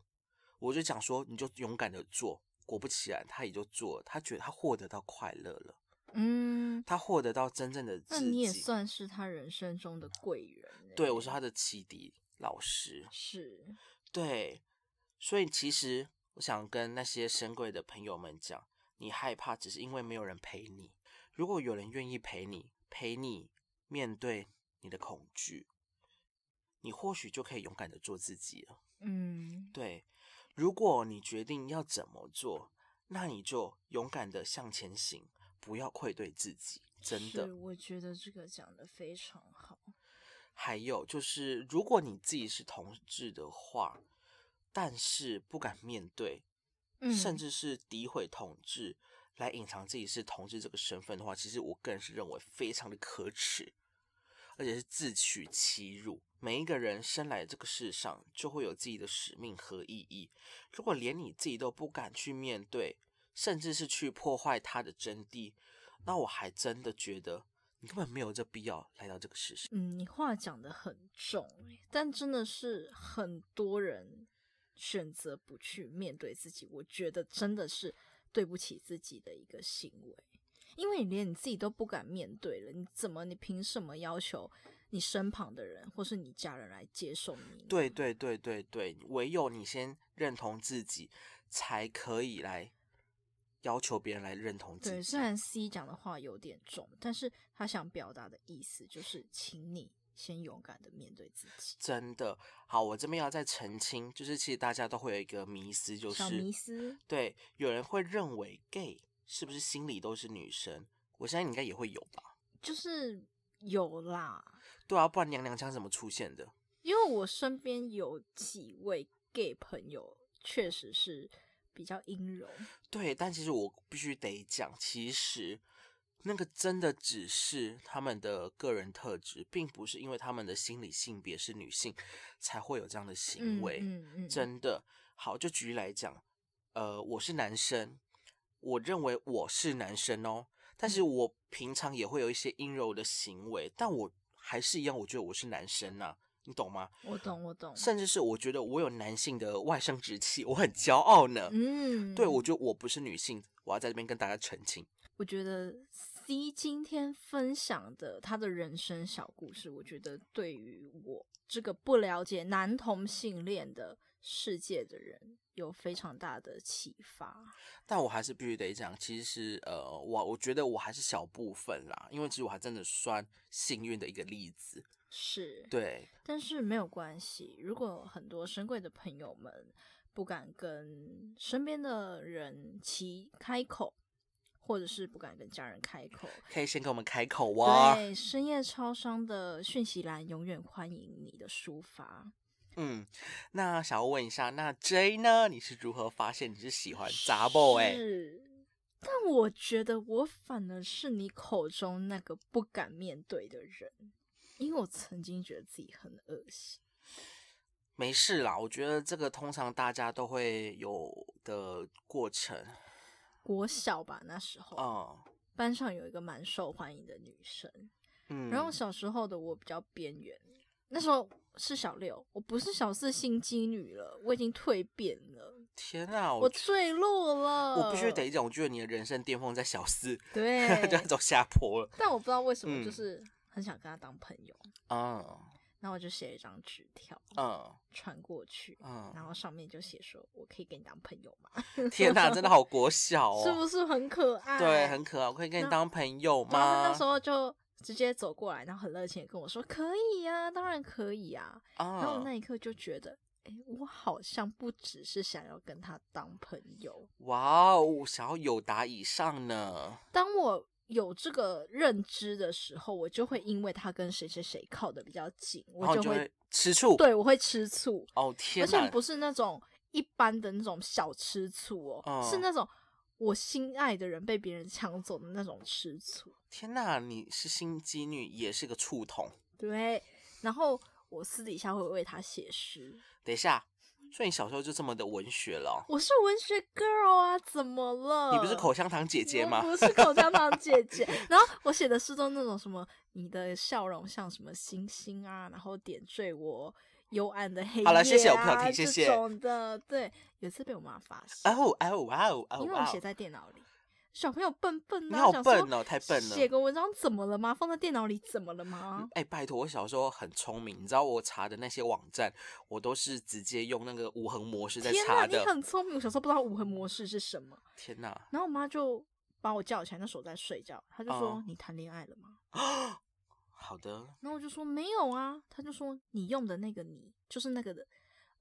[SPEAKER 1] 我就讲说你就勇敢的做，果不其然他也就做了，他觉得他获得到快乐了，
[SPEAKER 2] 嗯，
[SPEAKER 1] 他获得到真正的自
[SPEAKER 2] 那
[SPEAKER 1] 己，
[SPEAKER 2] 你也算是他人生中的贵人欸、
[SPEAKER 1] 对，我是他的启迪老师。
[SPEAKER 2] 是
[SPEAKER 1] 对，所以其实我想跟那些深贵的朋友们讲，你害怕只是因为没有人陪你。如果有人愿意陪你，陪你面对你的恐惧，你或许就可以勇敢的做自己了。
[SPEAKER 2] 嗯，
[SPEAKER 1] 对，如果你决定要怎么做，那你就勇敢的向前行，不要愧对自己。真的
[SPEAKER 2] 是，，我觉得这个讲的非常好。
[SPEAKER 1] 还有就是，如果你自己是同志的话，但是不敢面对，
[SPEAKER 2] 嗯
[SPEAKER 1] 甚至是诋毁同志，来隐藏自己是同志这个身份的话，其实我个人是认为非常的可耻，而且是自取其辱。每一个人生来这个世上，就会有自己的使命和意义。如果连你自己都不敢去面对，甚至是去破坏它的真谛，那我还真的觉得你根本没有这必要来到这个世上。
[SPEAKER 2] 嗯，你话讲的很重欸、但真的是很多人选择不去面对自己，我觉得真的是对不起自己的一个行为，因为你连你自己都不敢面对了，你怎么你凭什么要求你身旁的人或是你家人来接受你？
[SPEAKER 1] 对，对对对对，唯有你先认同自己，才可以来要求别人来认同自
[SPEAKER 2] 对，
[SPEAKER 1] 己。
[SPEAKER 2] 虽然 C 讲的话有点重，但是他想表达的意思就是，请你先勇敢的面对自己。
[SPEAKER 1] 真的好，我这边要再澄清，就是其实大家都会有一个迷思，就
[SPEAKER 2] 小迷
[SPEAKER 1] 是
[SPEAKER 2] 思，
[SPEAKER 1] 对有人会认为 gay 是不是心里都是女生？我相信你应该也会有吧？
[SPEAKER 2] 就是有啦，
[SPEAKER 1] 对啊，不然娘娘腔怎么出现的？
[SPEAKER 2] 因为我身边有几位 gay 朋友，确实是比较阴柔，
[SPEAKER 1] 对，但其实我必须得讲，其实那个真的只是他们的个人特质，并不是因为他们的心理性别是女性才会有这样的行为。
[SPEAKER 2] 嗯嗯嗯，
[SPEAKER 1] 真的好，就举例来讲，呃，我是男生，我认为我是男生哦，但是
[SPEAKER 2] 嗯
[SPEAKER 1] 我平常也会有一些阴柔的行为，但我还是一样，我觉得我是男生呐、你懂吗？
[SPEAKER 2] 我懂我懂，
[SPEAKER 1] 甚至是我觉得我有男性的外生殖器，我很骄傲呢。
[SPEAKER 2] 嗯，
[SPEAKER 1] 对，我觉得我不是女性，我要在这边跟大家澄清。
[SPEAKER 2] 我觉得 C 今天分享的他的人生小故事，我觉得对于我这个不了解男同性恋的世界的人，有非常大的启发。
[SPEAKER 1] 但我还是必须得讲，其实呃，我我觉得我还是小部分啦，因为其实我还真的算幸运的一个例子。
[SPEAKER 2] 是，
[SPEAKER 1] 对，
[SPEAKER 2] 但是没有关系，如果很多珍贵的朋友们不敢跟身边的人其开口，或者是不敢跟家人开口，
[SPEAKER 1] 可以先给我们开口哦。
[SPEAKER 2] 对深夜超商的讯息栏永远欢迎你的抒发。
[SPEAKER 1] 嗯，那想要问一下，那 J 呢？你是如何发现你是喜欢杂 boy？哎，
[SPEAKER 2] 是，但我觉得我反而是你口中那个不敢面对的人，因为我曾经觉得自己很恶心。
[SPEAKER 1] 没事啦，我觉得这个通常大家都会有的过程。
[SPEAKER 2] 国小吧，那时候、
[SPEAKER 1] 嗯
[SPEAKER 2] 班上有一个蛮受欢迎的女生，
[SPEAKER 1] 嗯，
[SPEAKER 2] 然后小时候的我比较边缘，那时候是小六，我不是小四心机女了，我已经蜕变了，
[SPEAKER 1] 天啊，
[SPEAKER 2] 我
[SPEAKER 1] 我
[SPEAKER 2] 坠落了。
[SPEAKER 1] 我必须得 讲，我觉得你的人生巅峰在小四，
[SPEAKER 2] 对
[SPEAKER 1] 就要走下坡了。
[SPEAKER 2] 但我不知道为什么，
[SPEAKER 1] 嗯
[SPEAKER 2] 就是很想跟她当朋友，
[SPEAKER 1] 嗯
[SPEAKER 2] 然后我就写一张纸条，
[SPEAKER 1] 嗯
[SPEAKER 2] 传过去，然
[SPEAKER 1] 嗯，
[SPEAKER 2] 后上面就写说：“我可以跟你当朋友吗？”
[SPEAKER 1] 天哪，真的好国小
[SPEAKER 2] 是不
[SPEAKER 1] 哦，
[SPEAKER 2] 是很可爱？
[SPEAKER 1] 对，很可爱。我可以跟你
[SPEAKER 2] 那
[SPEAKER 1] 当朋友
[SPEAKER 2] 然后
[SPEAKER 1] 吗？
[SPEAKER 2] 他那时候就直接走过来，然后很热情的跟我说：“可以呀、当然可以呀、然后我
[SPEAKER 1] 啊，
[SPEAKER 2] 那一刻就觉得，哎，我好像不只是想要跟他当朋友。
[SPEAKER 1] 哇哦，想要有达以上呢。
[SPEAKER 2] 当我有这个认知的时候，我就会因为他跟谁谁谁靠的比较近，
[SPEAKER 1] 然后
[SPEAKER 2] 我
[SPEAKER 1] 你就
[SPEAKER 2] 就会
[SPEAKER 1] 会吃醋。，
[SPEAKER 2] 对我会吃醋。
[SPEAKER 1] 哦
[SPEAKER 2] 而
[SPEAKER 1] 天
[SPEAKER 2] 且
[SPEAKER 1] 哪，
[SPEAKER 2] 不是那种一般的那种小吃醋哦，
[SPEAKER 1] 嗯
[SPEAKER 2] 是那种我心爱的人被别人抢走的那种吃醋。
[SPEAKER 1] 天哪，你是心机女，也是个触童。
[SPEAKER 2] 对，然后我私底下会为他写诗，
[SPEAKER 1] 等一下，所以你小时候就这么的文学了
[SPEAKER 2] 我是文学 girl 啊，怎么
[SPEAKER 1] 哦、
[SPEAKER 2] 了？
[SPEAKER 1] 你不是口香糖姐姐吗
[SPEAKER 2] 我？不是口香糖姐姐。然后我写的诗都那种什么，你的笑容像什么星星啊，然后点缀我幽暗的黑夜、啊。
[SPEAKER 1] 好了谢谢我不想听谢谢
[SPEAKER 2] 这种的，对，有一次被我妈发现。
[SPEAKER 1] 哦哦哇哦哦
[SPEAKER 2] 因为我
[SPEAKER 1] 哇
[SPEAKER 2] 写
[SPEAKER 1] 哦！
[SPEAKER 2] 在电脑里。小朋友笨笨
[SPEAKER 1] 你
[SPEAKER 2] 呐、
[SPEAKER 1] 好
[SPEAKER 2] 想说
[SPEAKER 1] 笨哦，太笨了。
[SPEAKER 2] 写个文章怎么了吗？放在电脑里怎么了吗？
[SPEAKER 1] 哎、拜托，我小时候很聪明，你知道我查的那些网站，我都是直接用那个无痕模式在
[SPEAKER 2] 天
[SPEAKER 1] 查
[SPEAKER 2] 你
[SPEAKER 1] 的。
[SPEAKER 2] 很聪明。我小时候不知道无痕模式是什么，
[SPEAKER 1] 天哪！
[SPEAKER 2] 然后我妈就把我叫起来，那时候我在睡觉，她就说：“
[SPEAKER 1] 嗯
[SPEAKER 2] 你谈恋爱了吗
[SPEAKER 1] 好的，？”
[SPEAKER 2] 然后我就说：“没有啊。”她就说：“你用的那个你，就是那个的，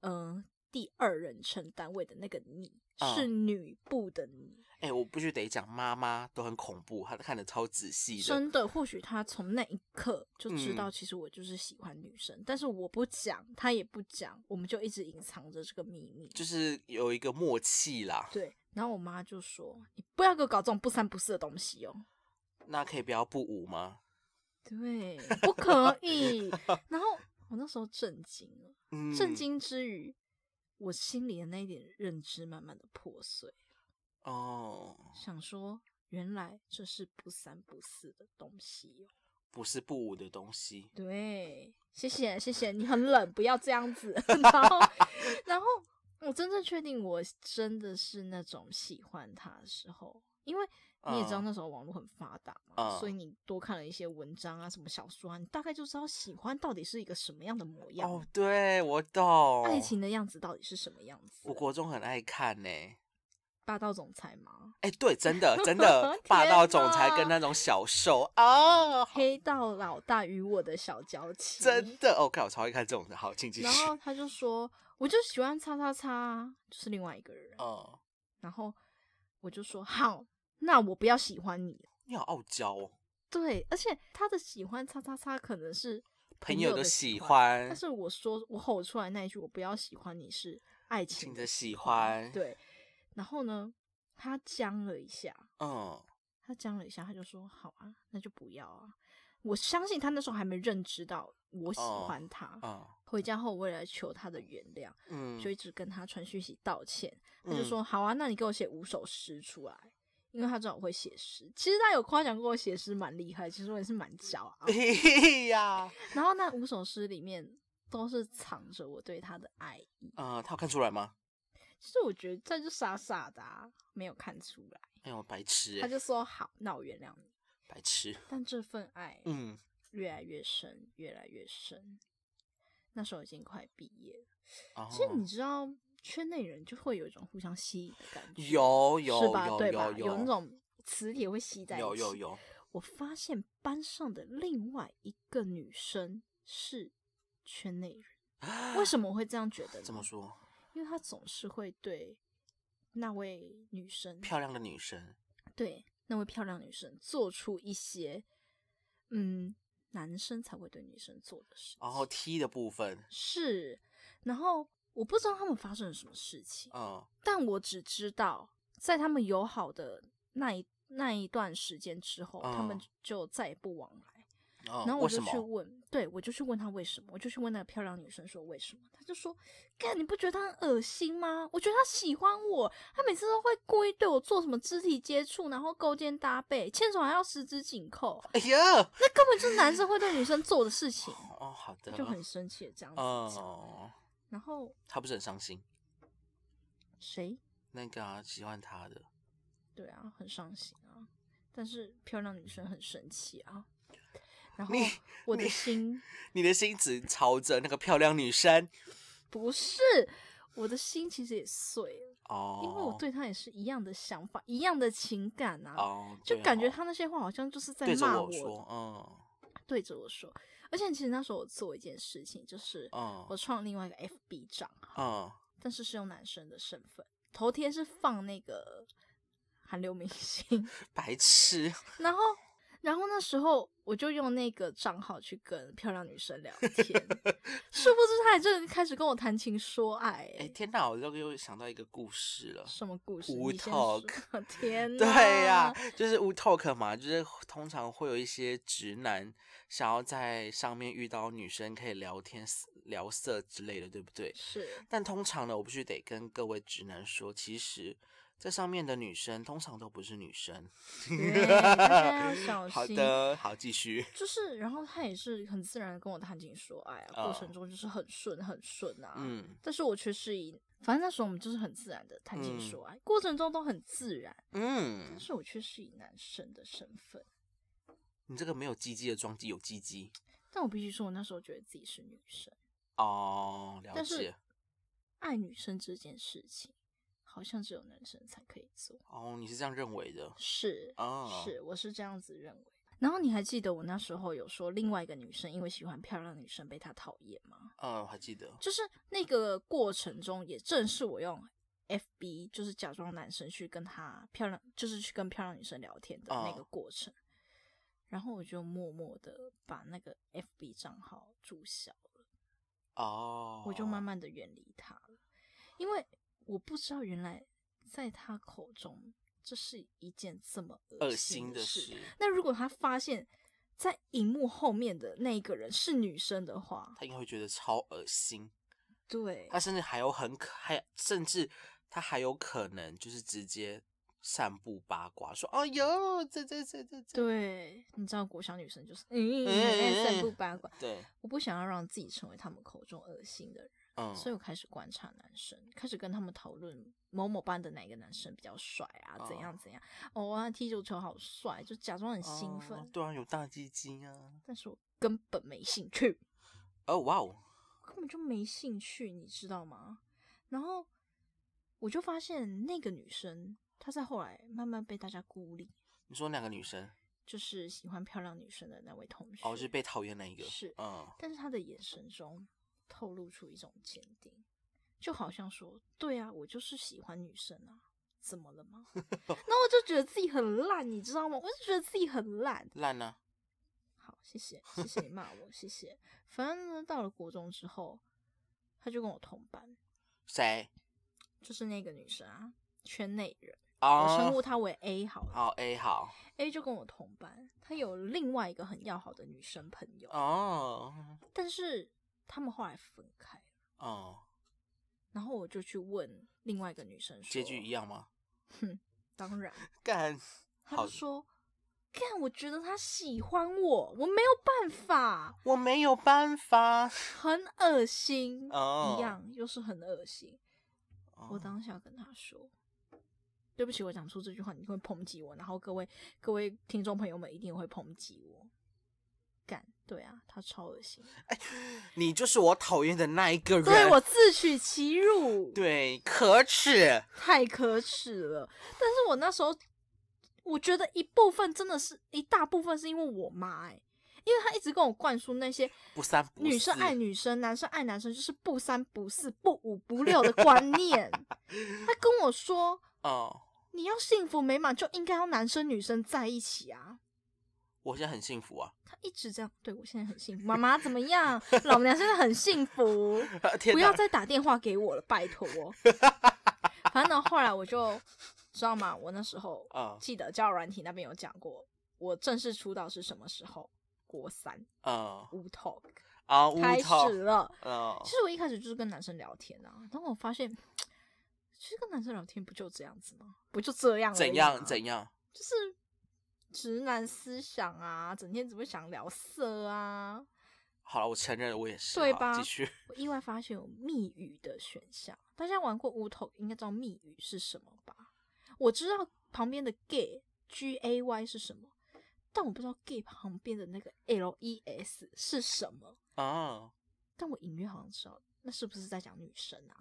[SPEAKER 2] 嗯、第二人称单位的那个你，
[SPEAKER 1] 嗯
[SPEAKER 2] 是女部的你。
[SPEAKER 1] 哎、我必须得讲，妈妈都很恐怖，她看的超仔细的。
[SPEAKER 2] 真的，或许她从那一刻就知道，
[SPEAKER 1] 嗯
[SPEAKER 2] 其实我就是喜欢女生，但是我不讲，她也不讲，我们就一直隐藏着这个秘密。
[SPEAKER 1] 就是有一个默契啦，
[SPEAKER 2] 对，然后我妈就说：“你不要给我搞这种不三不四的东西哦。
[SPEAKER 1] 那可以不要不舞吗？”
[SPEAKER 2] 对，不可 以。然后我那时候震惊了，
[SPEAKER 1] 嗯，
[SPEAKER 2] 震惊之余，我心里的那一点认知慢慢的破碎，
[SPEAKER 1] 哦，
[SPEAKER 2] 想说原来这是不三不四的东西哦。
[SPEAKER 1] 不是不舞的东西。
[SPEAKER 2] 对，谢谢谢谢，你很冷，不要这样子。然后然后我真正确定我真的是那种喜欢他的时候，因为你也知道
[SPEAKER 1] 嗯
[SPEAKER 2] 那时候网络很发达嘛，
[SPEAKER 1] 嗯
[SPEAKER 2] 所以你多看了一些文章啊、什么小说啊，你大概就知道喜欢到底是一个什么样的模样，
[SPEAKER 1] 哦，对，我懂。
[SPEAKER 2] 爱，情的样子到底是什么样子。
[SPEAKER 1] 我国中很爱看呢、
[SPEAKER 2] 霸道总裁吗？
[SPEAKER 1] 哎、对，真的真的，霸
[SPEAKER 2] 天
[SPEAKER 1] 道总裁
[SPEAKER 2] 哪
[SPEAKER 1] 跟那种小受啊，
[SPEAKER 2] 黑道老大与我的小娇妻，
[SPEAKER 1] 真的哦，看我超爱看这种的，好，请继续
[SPEAKER 2] 然。后他就说，我就喜欢叉叉叉啊，就是另外一个人。
[SPEAKER 1] 嗯，
[SPEAKER 2] 然后我就说好，那我不要喜欢你。
[SPEAKER 1] 你好傲娇哦，
[SPEAKER 2] 对，而且他的喜欢叉叉叉可能是
[SPEAKER 1] 朋
[SPEAKER 2] 友
[SPEAKER 1] 友的
[SPEAKER 2] 喜
[SPEAKER 1] 喜欢
[SPEAKER 2] 但是我说我吼出来那一句“我不要喜欢你”是爱情
[SPEAKER 1] 情的喜
[SPEAKER 2] 欢。
[SPEAKER 1] 欢
[SPEAKER 2] 对，然后呢，他僵了一下，
[SPEAKER 1] 嗯，
[SPEAKER 2] 他僵了一下，他就说：“好啊，那就不要啊。”我相信他那时候还没认知到我喜
[SPEAKER 1] 哦
[SPEAKER 2] 欢他。
[SPEAKER 1] 嗯
[SPEAKER 2] 回家后，我也来求他的原谅。
[SPEAKER 1] 嗯
[SPEAKER 2] 就一直跟他传讯息道歉。他 就
[SPEAKER 1] 嗯
[SPEAKER 2] 说：“好啊，那你给我写五首诗出来，因为他知道我会写诗。其实他有夸奖过我写诗蛮厉害，其实我也是蛮骄傲。
[SPEAKER 1] 嘿嘿哎呀，
[SPEAKER 2] 然后那五首诗里面都是藏着我对他的爱意。
[SPEAKER 1] 嗯，他有看出来吗？
[SPEAKER 2] 其实我觉得这就傻傻的、啊，没有看出来。
[SPEAKER 1] 哎呦，白痴
[SPEAKER 2] 他
[SPEAKER 1] 欸，
[SPEAKER 2] 就说：好，那我原谅你。
[SPEAKER 1] 白痴，
[SPEAKER 2] 但这份爱
[SPEAKER 1] 嗯，
[SPEAKER 2] 越来越深，越来越深。那时候已经快毕业了，
[SPEAKER 1] 哦
[SPEAKER 2] 其实你知道，圈内人就会有一种互相吸引的感觉。
[SPEAKER 1] 有有
[SPEAKER 2] 是吧？
[SPEAKER 1] 有
[SPEAKER 2] 对吧？
[SPEAKER 1] 有
[SPEAKER 2] 有那种磁铁会吸在一起。
[SPEAKER 1] 有有。有，
[SPEAKER 2] 我发现班上的另外一个女生是圈内人，为什么我会这样觉得呢？
[SPEAKER 1] 啊怎么？说？
[SPEAKER 2] 因为她总是会对那位女生，
[SPEAKER 1] 漂亮的女生，
[SPEAKER 2] 对那位漂亮女生做出一些，嗯，男生才会对女生做的事情。
[SPEAKER 1] 然后 T 的部分，
[SPEAKER 2] 是，然后我不知道他们发生了什么事情。
[SPEAKER 1] 嗯
[SPEAKER 2] 但我只知道，在他们友好的那一那一段时间之后，他们
[SPEAKER 1] 嗯
[SPEAKER 2] 就再也不往来。
[SPEAKER 1] 嗯，
[SPEAKER 2] 然后我
[SPEAKER 1] 为
[SPEAKER 2] 就
[SPEAKER 1] 什
[SPEAKER 2] 去
[SPEAKER 1] 么？
[SPEAKER 2] 问，对我就去问他为什么，我就去问那个漂亮女生说为什么，她就说：“干，你不觉得他很恶心吗？我觉得他喜欢我，他每次都会故意对我做什么肢体接触，然后勾肩搭背，牵手还要十指紧扣，
[SPEAKER 1] 哎呀，
[SPEAKER 2] 那根本就是男生会对女生做的事 情。”
[SPEAKER 1] 哦，好
[SPEAKER 2] 他
[SPEAKER 1] 的，
[SPEAKER 2] 就很生气的这样子讲。
[SPEAKER 1] 哦，
[SPEAKER 2] 然后
[SPEAKER 1] 他不是很伤心，
[SPEAKER 2] 谁
[SPEAKER 1] 那个啊喜欢他的，
[SPEAKER 2] 对啊，很伤心啊。但是漂亮女生很生气啊。然后
[SPEAKER 1] 你
[SPEAKER 2] 我的
[SPEAKER 1] 你
[SPEAKER 2] 心
[SPEAKER 1] 你的心只朝着那个漂亮女生
[SPEAKER 2] 不是我的心，其实也碎了，
[SPEAKER 1] 哦，
[SPEAKER 2] 因为我对她也是一样的想法，一样的情感啊，
[SPEAKER 1] 哦，
[SPEAKER 2] 就
[SPEAKER 1] 对
[SPEAKER 2] 感觉
[SPEAKER 1] 哦
[SPEAKER 2] 她那些话好像就是在
[SPEAKER 1] 对着
[SPEAKER 2] 骂
[SPEAKER 1] 我说，嗯
[SPEAKER 2] 对着我说。而且其实那时候我做一件事情，就是
[SPEAKER 1] 嗯
[SPEAKER 2] 我创另外一个 FB 账
[SPEAKER 1] 嗯，
[SPEAKER 2] 号，但是是用男生的身份，头贴是放那个韩流明星，
[SPEAKER 1] 白痴，
[SPEAKER 2] 然后，然后那时候我就用那个账号去跟漂亮女生聊 天，殊不知她还真的开始跟我谈情说爱、欸。
[SPEAKER 1] 哎，天哪，我又又想到一个故事了。
[SPEAKER 2] 什么故事？
[SPEAKER 1] 无
[SPEAKER 2] 你先说
[SPEAKER 1] talk
[SPEAKER 2] 天哪！
[SPEAKER 1] 对呀、就是无 talk 嘛，就是通常会有一些直男想要在上面遇到女生可以聊天、聊色之类的，对不对？
[SPEAKER 2] 是
[SPEAKER 1] 但通常呢，我必须得跟各位直男说，其实在上面的女生通常都不是女生。
[SPEAKER 2] 对大家要小
[SPEAKER 1] 好
[SPEAKER 2] 心
[SPEAKER 1] 的，好，继续。
[SPEAKER 2] 就是，然后她也是很自然的跟我谈情说爱啊，过
[SPEAKER 1] 哦
[SPEAKER 2] 程中就是很顺很顺啊。
[SPEAKER 1] 嗯
[SPEAKER 2] 但是我却是以，反正那时候我们就是很自然的谈情
[SPEAKER 1] 嗯
[SPEAKER 2] 说爱，过程中都很自然，但
[SPEAKER 1] 嗯，
[SPEAKER 2] 是我却是以男生的身份。
[SPEAKER 1] 你这个没有鸡鸡的装机有鸡鸡
[SPEAKER 2] 但我必须说，我那时候觉得自己是女生。
[SPEAKER 1] 哦，了
[SPEAKER 2] 但是
[SPEAKER 1] 解。
[SPEAKER 2] 爱女生这件事情，好像只有男生才可以做。
[SPEAKER 1] 哦，你是这样认为的
[SPEAKER 2] 是，
[SPEAKER 1] 哦
[SPEAKER 2] 是，我是这样子认为。然后你还记得我那时候有说，另外一个女生因为喜欢漂亮女生被她讨厌吗？
[SPEAKER 1] 嗯，我还记得。
[SPEAKER 2] 就是那个过程中，也正是我用 FB，就是假装男生去跟她漂亮，就是去跟漂亮女生聊天的那
[SPEAKER 1] 哦
[SPEAKER 2] 个过程。然后我就默默的把那个 FB 账号注销了。
[SPEAKER 1] 哦，
[SPEAKER 2] 我就慢慢的远离他了，因为我不知道原来在他口中这是一件这么
[SPEAKER 1] 恶
[SPEAKER 2] 心
[SPEAKER 1] 心的
[SPEAKER 2] 事。
[SPEAKER 1] 事，
[SPEAKER 2] 那如果他发现，在荧幕后面的那一个人是女生的话，
[SPEAKER 1] 他应该会觉得超恶心。
[SPEAKER 2] 对
[SPEAKER 1] 他，甚至还有很可，还甚至他还有可能就是直接散布八卦，说：“哎呦，这这这这这。
[SPEAKER 2] 对，你知道国小女生嗯
[SPEAKER 1] 嗯
[SPEAKER 2] 就是嗯嗯嗯嗯，三不八卦，
[SPEAKER 1] 对，
[SPEAKER 2] 我不想要让自己成为他们口中恶心的人，
[SPEAKER 1] 嗯，
[SPEAKER 2] 所以我开始观察男生，开始跟他们讨论某某班的哪个男生比较帅啊，怎样怎样。哦，啊，踢足球好帅，就假装很兴奋，
[SPEAKER 1] 哦对啊，有大鸡鸡啊，
[SPEAKER 2] 但是我根本没兴趣，
[SPEAKER 1] 哦哇哦，
[SPEAKER 2] 根本就没兴趣，你知道吗？然后我就发现那个女生，她在后来慢慢被大家孤立，
[SPEAKER 1] 你说哪个女生？
[SPEAKER 2] 就是喜欢漂亮女生的那位同学。
[SPEAKER 1] 哦，是被讨厌那一个，
[SPEAKER 2] 是
[SPEAKER 1] 嗯，
[SPEAKER 2] 但是他的眼神中透露出一种坚定，就好像说：“对啊，我就是喜欢女生啊，怎么了吗？” 那我就觉得自己很烂，你知道吗？我就觉得自己很烂。
[SPEAKER 1] 烂呢、
[SPEAKER 2] 好，谢谢，谢谢你骂我，谢谢。反正呢，到了国中之后，他就跟我同班，
[SPEAKER 1] 谁？
[SPEAKER 2] 就是那个女生啊，圈内人，我
[SPEAKER 1] 哦
[SPEAKER 2] 称，呼她为 A 好了。
[SPEAKER 1] 好 A 好，
[SPEAKER 2] A 就跟我同班，她有另外一个很要好的女生朋友，
[SPEAKER 1] 哦，
[SPEAKER 2] 但是他们后来分开了。
[SPEAKER 1] 哦，
[SPEAKER 2] 然后我就去问另外一个女生说，
[SPEAKER 1] 结局一样吗？
[SPEAKER 2] 当然，
[SPEAKER 1] 干，
[SPEAKER 2] 她
[SPEAKER 1] 好
[SPEAKER 2] 就说，看，我觉得他喜欢我，我没有办法，
[SPEAKER 1] 我没有办法，
[SPEAKER 2] 很恶心，
[SPEAKER 1] 哦，
[SPEAKER 2] 一，样又是很恶心。我当下跟她说。对不起，我讲出这句话，你会抨击我，然后各位各位听众朋友们一定会抨击我。干，对啊，他超恶心，
[SPEAKER 1] 你就是我讨厌的那一个人，
[SPEAKER 2] 对我自取其辱。
[SPEAKER 1] 啊对可耻，
[SPEAKER 2] 太可耻了。但是我那时候，我觉得一部分真的是一大部分是因为我妈、欸，因为她一直跟我灌输那些
[SPEAKER 1] 不三不四，
[SPEAKER 2] 女生爱女生，男生爱男生，就是不三不四、不五不六的 观念。她跟我说，
[SPEAKER 1] 哦，
[SPEAKER 2] 你要幸福美满就应该要男生女生在一起啊。
[SPEAKER 1] 我现在很幸福啊，
[SPEAKER 2] 她一直这样，对我现在很幸福。妈妈怎么样？ 老娘现在很幸福。
[SPEAKER 1] 天
[SPEAKER 2] 不
[SPEAKER 1] 哪
[SPEAKER 2] 要，再打电话给我了，拜托。哦 反正呢，后来我就知道嘛，我那时候
[SPEAKER 1] 嗯
[SPEAKER 2] 记得交友软体那边有讲过，我正式出道是什么时候？国三
[SPEAKER 1] 嗯，
[SPEAKER 2] 无 talk
[SPEAKER 1] 啊，乌
[SPEAKER 2] 开
[SPEAKER 1] 头，
[SPEAKER 2] 始了。
[SPEAKER 1] 嗯
[SPEAKER 2] 其，实我一开始就是跟男生聊天啊，然后我发现，其实跟男生聊天不就这样子吗？不就这样而已
[SPEAKER 1] 怎
[SPEAKER 2] 吗
[SPEAKER 1] 样怎样？
[SPEAKER 2] 就是直男思想啊，整天只会想聊色啊。
[SPEAKER 1] 好了，我承认我也是，
[SPEAKER 2] 对
[SPEAKER 1] 好
[SPEAKER 2] 吧
[SPEAKER 1] 继续，
[SPEAKER 2] 我意外发现有密语的选项。大家玩过乌头，应该知道密语是什么吧？我知道旁边的 gay g a y 是什么，但我不知道 gay 旁边的那个 l e s 是什么。
[SPEAKER 1] 哦
[SPEAKER 2] 但我隐约好像知道，那是不是在讲女生啊？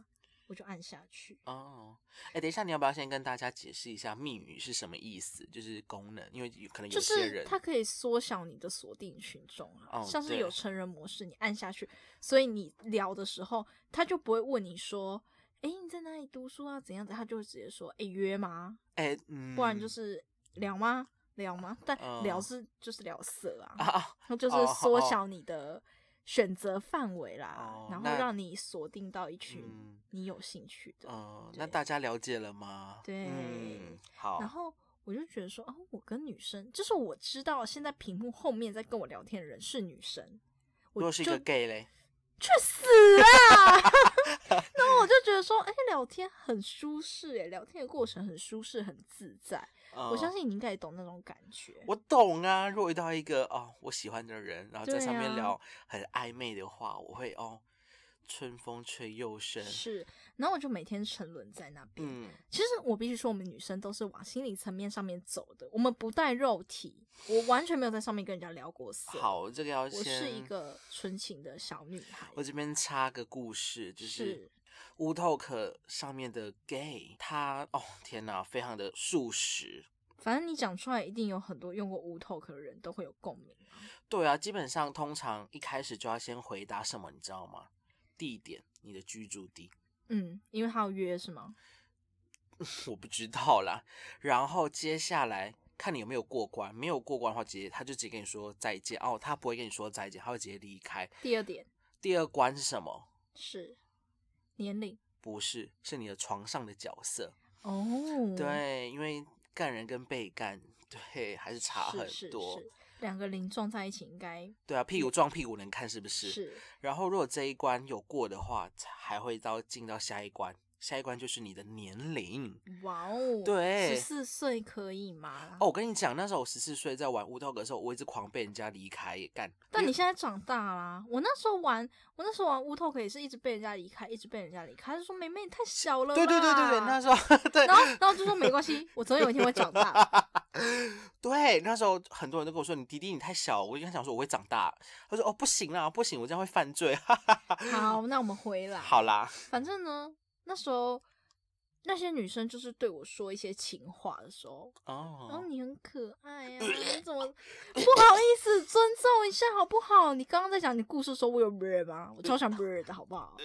[SPEAKER 2] 我就按下去。
[SPEAKER 1] 哦，哎、等一下，你要不要先跟大家解释一下密语是什么意思？就是功能，因为有可能有
[SPEAKER 2] 就
[SPEAKER 1] 些
[SPEAKER 2] 是
[SPEAKER 1] 人，
[SPEAKER 2] 它可以缩小你的锁定群众啊，
[SPEAKER 1] 哦
[SPEAKER 2] 像是
[SPEAKER 1] 对
[SPEAKER 2] 有成人模式，你按下去，所以你聊的时候，他就不会问你说，诶，你在哪里读书啊？怎样的？他就会直接说，诶，约吗？
[SPEAKER 1] 哎、嗯，
[SPEAKER 2] 不然就是聊吗？聊吗？但
[SPEAKER 1] 嗯
[SPEAKER 2] 聊是、就是聊色啊，
[SPEAKER 1] 啊，
[SPEAKER 2] 那就是
[SPEAKER 1] 哦
[SPEAKER 2] 缩
[SPEAKER 1] 哦
[SPEAKER 2] 小你的选择范围啦，
[SPEAKER 1] 哦
[SPEAKER 2] 然后
[SPEAKER 1] 那
[SPEAKER 2] 让你锁定到一群
[SPEAKER 1] 嗯
[SPEAKER 2] 你有兴趣的。
[SPEAKER 1] 嗯，
[SPEAKER 2] 对
[SPEAKER 1] 那大家了解了吗？
[SPEAKER 2] 对
[SPEAKER 1] 嗯，好，
[SPEAKER 2] 然后我就觉得说，哦，我跟女生，就是我知道现在屏幕后面在跟我聊天的人是女生，
[SPEAKER 1] 如
[SPEAKER 2] 我
[SPEAKER 1] 果
[SPEAKER 2] 就是
[SPEAKER 1] 一个 gay 嘞，
[SPEAKER 2] 去死啊！然后我就觉得说，哎、聊天很舒适，哎，聊天的过程很舒适，很自在。我相
[SPEAKER 1] 嗯。
[SPEAKER 2] 信你应该也懂那种感觉。
[SPEAKER 1] 我懂啊，如果遇到一个哦我喜欢的人，然后在
[SPEAKER 2] 对
[SPEAKER 1] 上面
[SPEAKER 2] 啊
[SPEAKER 1] 聊很暧昧的话，我会哦，春风吹又生，
[SPEAKER 2] 是，然后我就每天沉沦在那边。
[SPEAKER 1] 嗯，
[SPEAKER 2] 其实我必须说，我们女生都是往心理层面上面走的，我们不带肉体，我完全没有在上面跟人家聊过色。，
[SPEAKER 1] 好，这个要
[SPEAKER 2] 我
[SPEAKER 1] 先，
[SPEAKER 2] 是一个纯情的小女孩。
[SPEAKER 1] 我这边插个故事，就是
[SPEAKER 2] 是，
[SPEAKER 1] 乌透克上面的 gay，他哦天哪，非常的素食。
[SPEAKER 2] 反正你讲出来，一定有很多用过无头壳的人都会有共鸣啊。
[SPEAKER 1] 对啊，基本上通常一开始就要先回答什么，你知道吗？地点，你的居住地，
[SPEAKER 2] 嗯，因为他有约是吗？
[SPEAKER 1] 我不知道啦。然后接下来看你有没有过关，没有过关的话，直接他就直接跟你说再见哦，他不会跟你说再见，他会直接离开。
[SPEAKER 2] 第二点
[SPEAKER 1] 第二关是什么？
[SPEAKER 2] 是年龄
[SPEAKER 1] 不是，是你的床上的角色。
[SPEAKER 2] 哦，，
[SPEAKER 1] 对，因为干人跟被干，对，还是差很
[SPEAKER 2] 是
[SPEAKER 1] 多。
[SPEAKER 2] 是是两个零撞在一起应该
[SPEAKER 1] 对啊，屁股撞屁股能看是不是？
[SPEAKER 2] 是
[SPEAKER 1] 然后如果这一关有过的话，才还会到进到下一关，下一关就是你的年龄。
[SPEAKER 2] 哇哦，
[SPEAKER 1] 对
[SPEAKER 2] 十四岁可以吗？
[SPEAKER 1] 哦，，我跟你讲，那时候我十四岁在玩乌托格的时候，我一直狂被人家离开干。
[SPEAKER 2] 但
[SPEAKER 1] 因
[SPEAKER 2] 你
[SPEAKER 1] 为
[SPEAKER 2] 现在长大啦。我那时候玩，我那时候玩乌托克也是一直被人家离开，一直被人家离开，他就说妹妹你太小了啦。
[SPEAKER 1] 对对对对对，那时候 对
[SPEAKER 2] 然后然后就说没关系，我总有一天会 长大。
[SPEAKER 1] 对，那时候很多人都跟我说你弟弟你太小，我就跟他讲说我会长大。他说哦不行啦，不行，我这样会犯罪。哈哈哈
[SPEAKER 2] 好，那我们回来。
[SPEAKER 1] 好啦，
[SPEAKER 2] 反正呢，那时候那些女生就是对我说一些情话的时候，然后
[SPEAKER 1] 哦，
[SPEAKER 2] 你很可爱呀、你怎么不好意思尊重一下好不好？你刚刚在讲你故事的时候，我有 r 吗？我超想 r 的好不 好？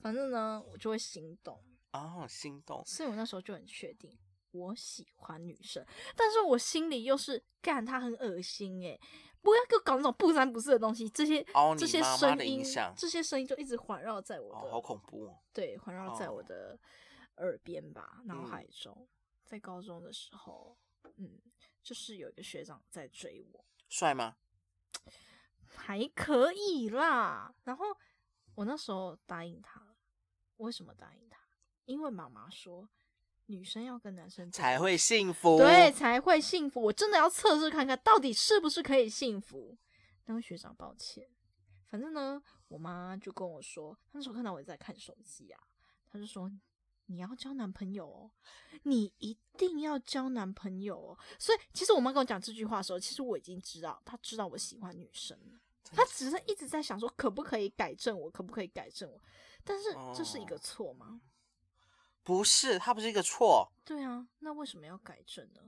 [SPEAKER 2] 反正呢，我就会心动，
[SPEAKER 1] 哦，心动，
[SPEAKER 2] 所以我那时候就很确定我喜欢女生，但是我心里又是干她很恶心诶、不要给我搞那种不三不四的东西，这些、
[SPEAKER 1] 哦
[SPEAKER 2] 这
[SPEAKER 1] 你
[SPEAKER 2] 些
[SPEAKER 1] 妈妈
[SPEAKER 2] 声
[SPEAKER 1] 的
[SPEAKER 2] 音
[SPEAKER 1] 影响
[SPEAKER 2] 这些声音就一直环绕在我的、
[SPEAKER 1] 哦，好恐怖哦。
[SPEAKER 2] 对，环绕在
[SPEAKER 1] 哦
[SPEAKER 2] 我的耳边吧，脑
[SPEAKER 1] 嗯
[SPEAKER 2] 海中。在高中的时候，嗯，就是有一个学长在追我，
[SPEAKER 1] 帅吗？
[SPEAKER 2] 还可以啦。然后我那时候答应他了，为什么答应他？因为妈妈说女生要跟男生在一
[SPEAKER 1] 才
[SPEAKER 2] 起
[SPEAKER 1] 会幸福。
[SPEAKER 2] 对，才会幸福。我真的要测试看看到底是不是可以幸福。那位学长，抱歉，反正呢，我妈就跟我说，她那时候看到我在看手机啊，她就说。你要交男朋友哦，你一定要交男朋友哦。所以，其实我妈跟我讲这句话的时候，其实我已经知道，她知道我喜欢女生了，她只是一直在想说，可不可以改正我，可不可以改正我？但是这是一个
[SPEAKER 1] 哦
[SPEAKER 2] 错吗？
[SPEAKER 1] 不是，它不是一个错。
[SPEAKER 2] 对啊，那为什么要改正呢？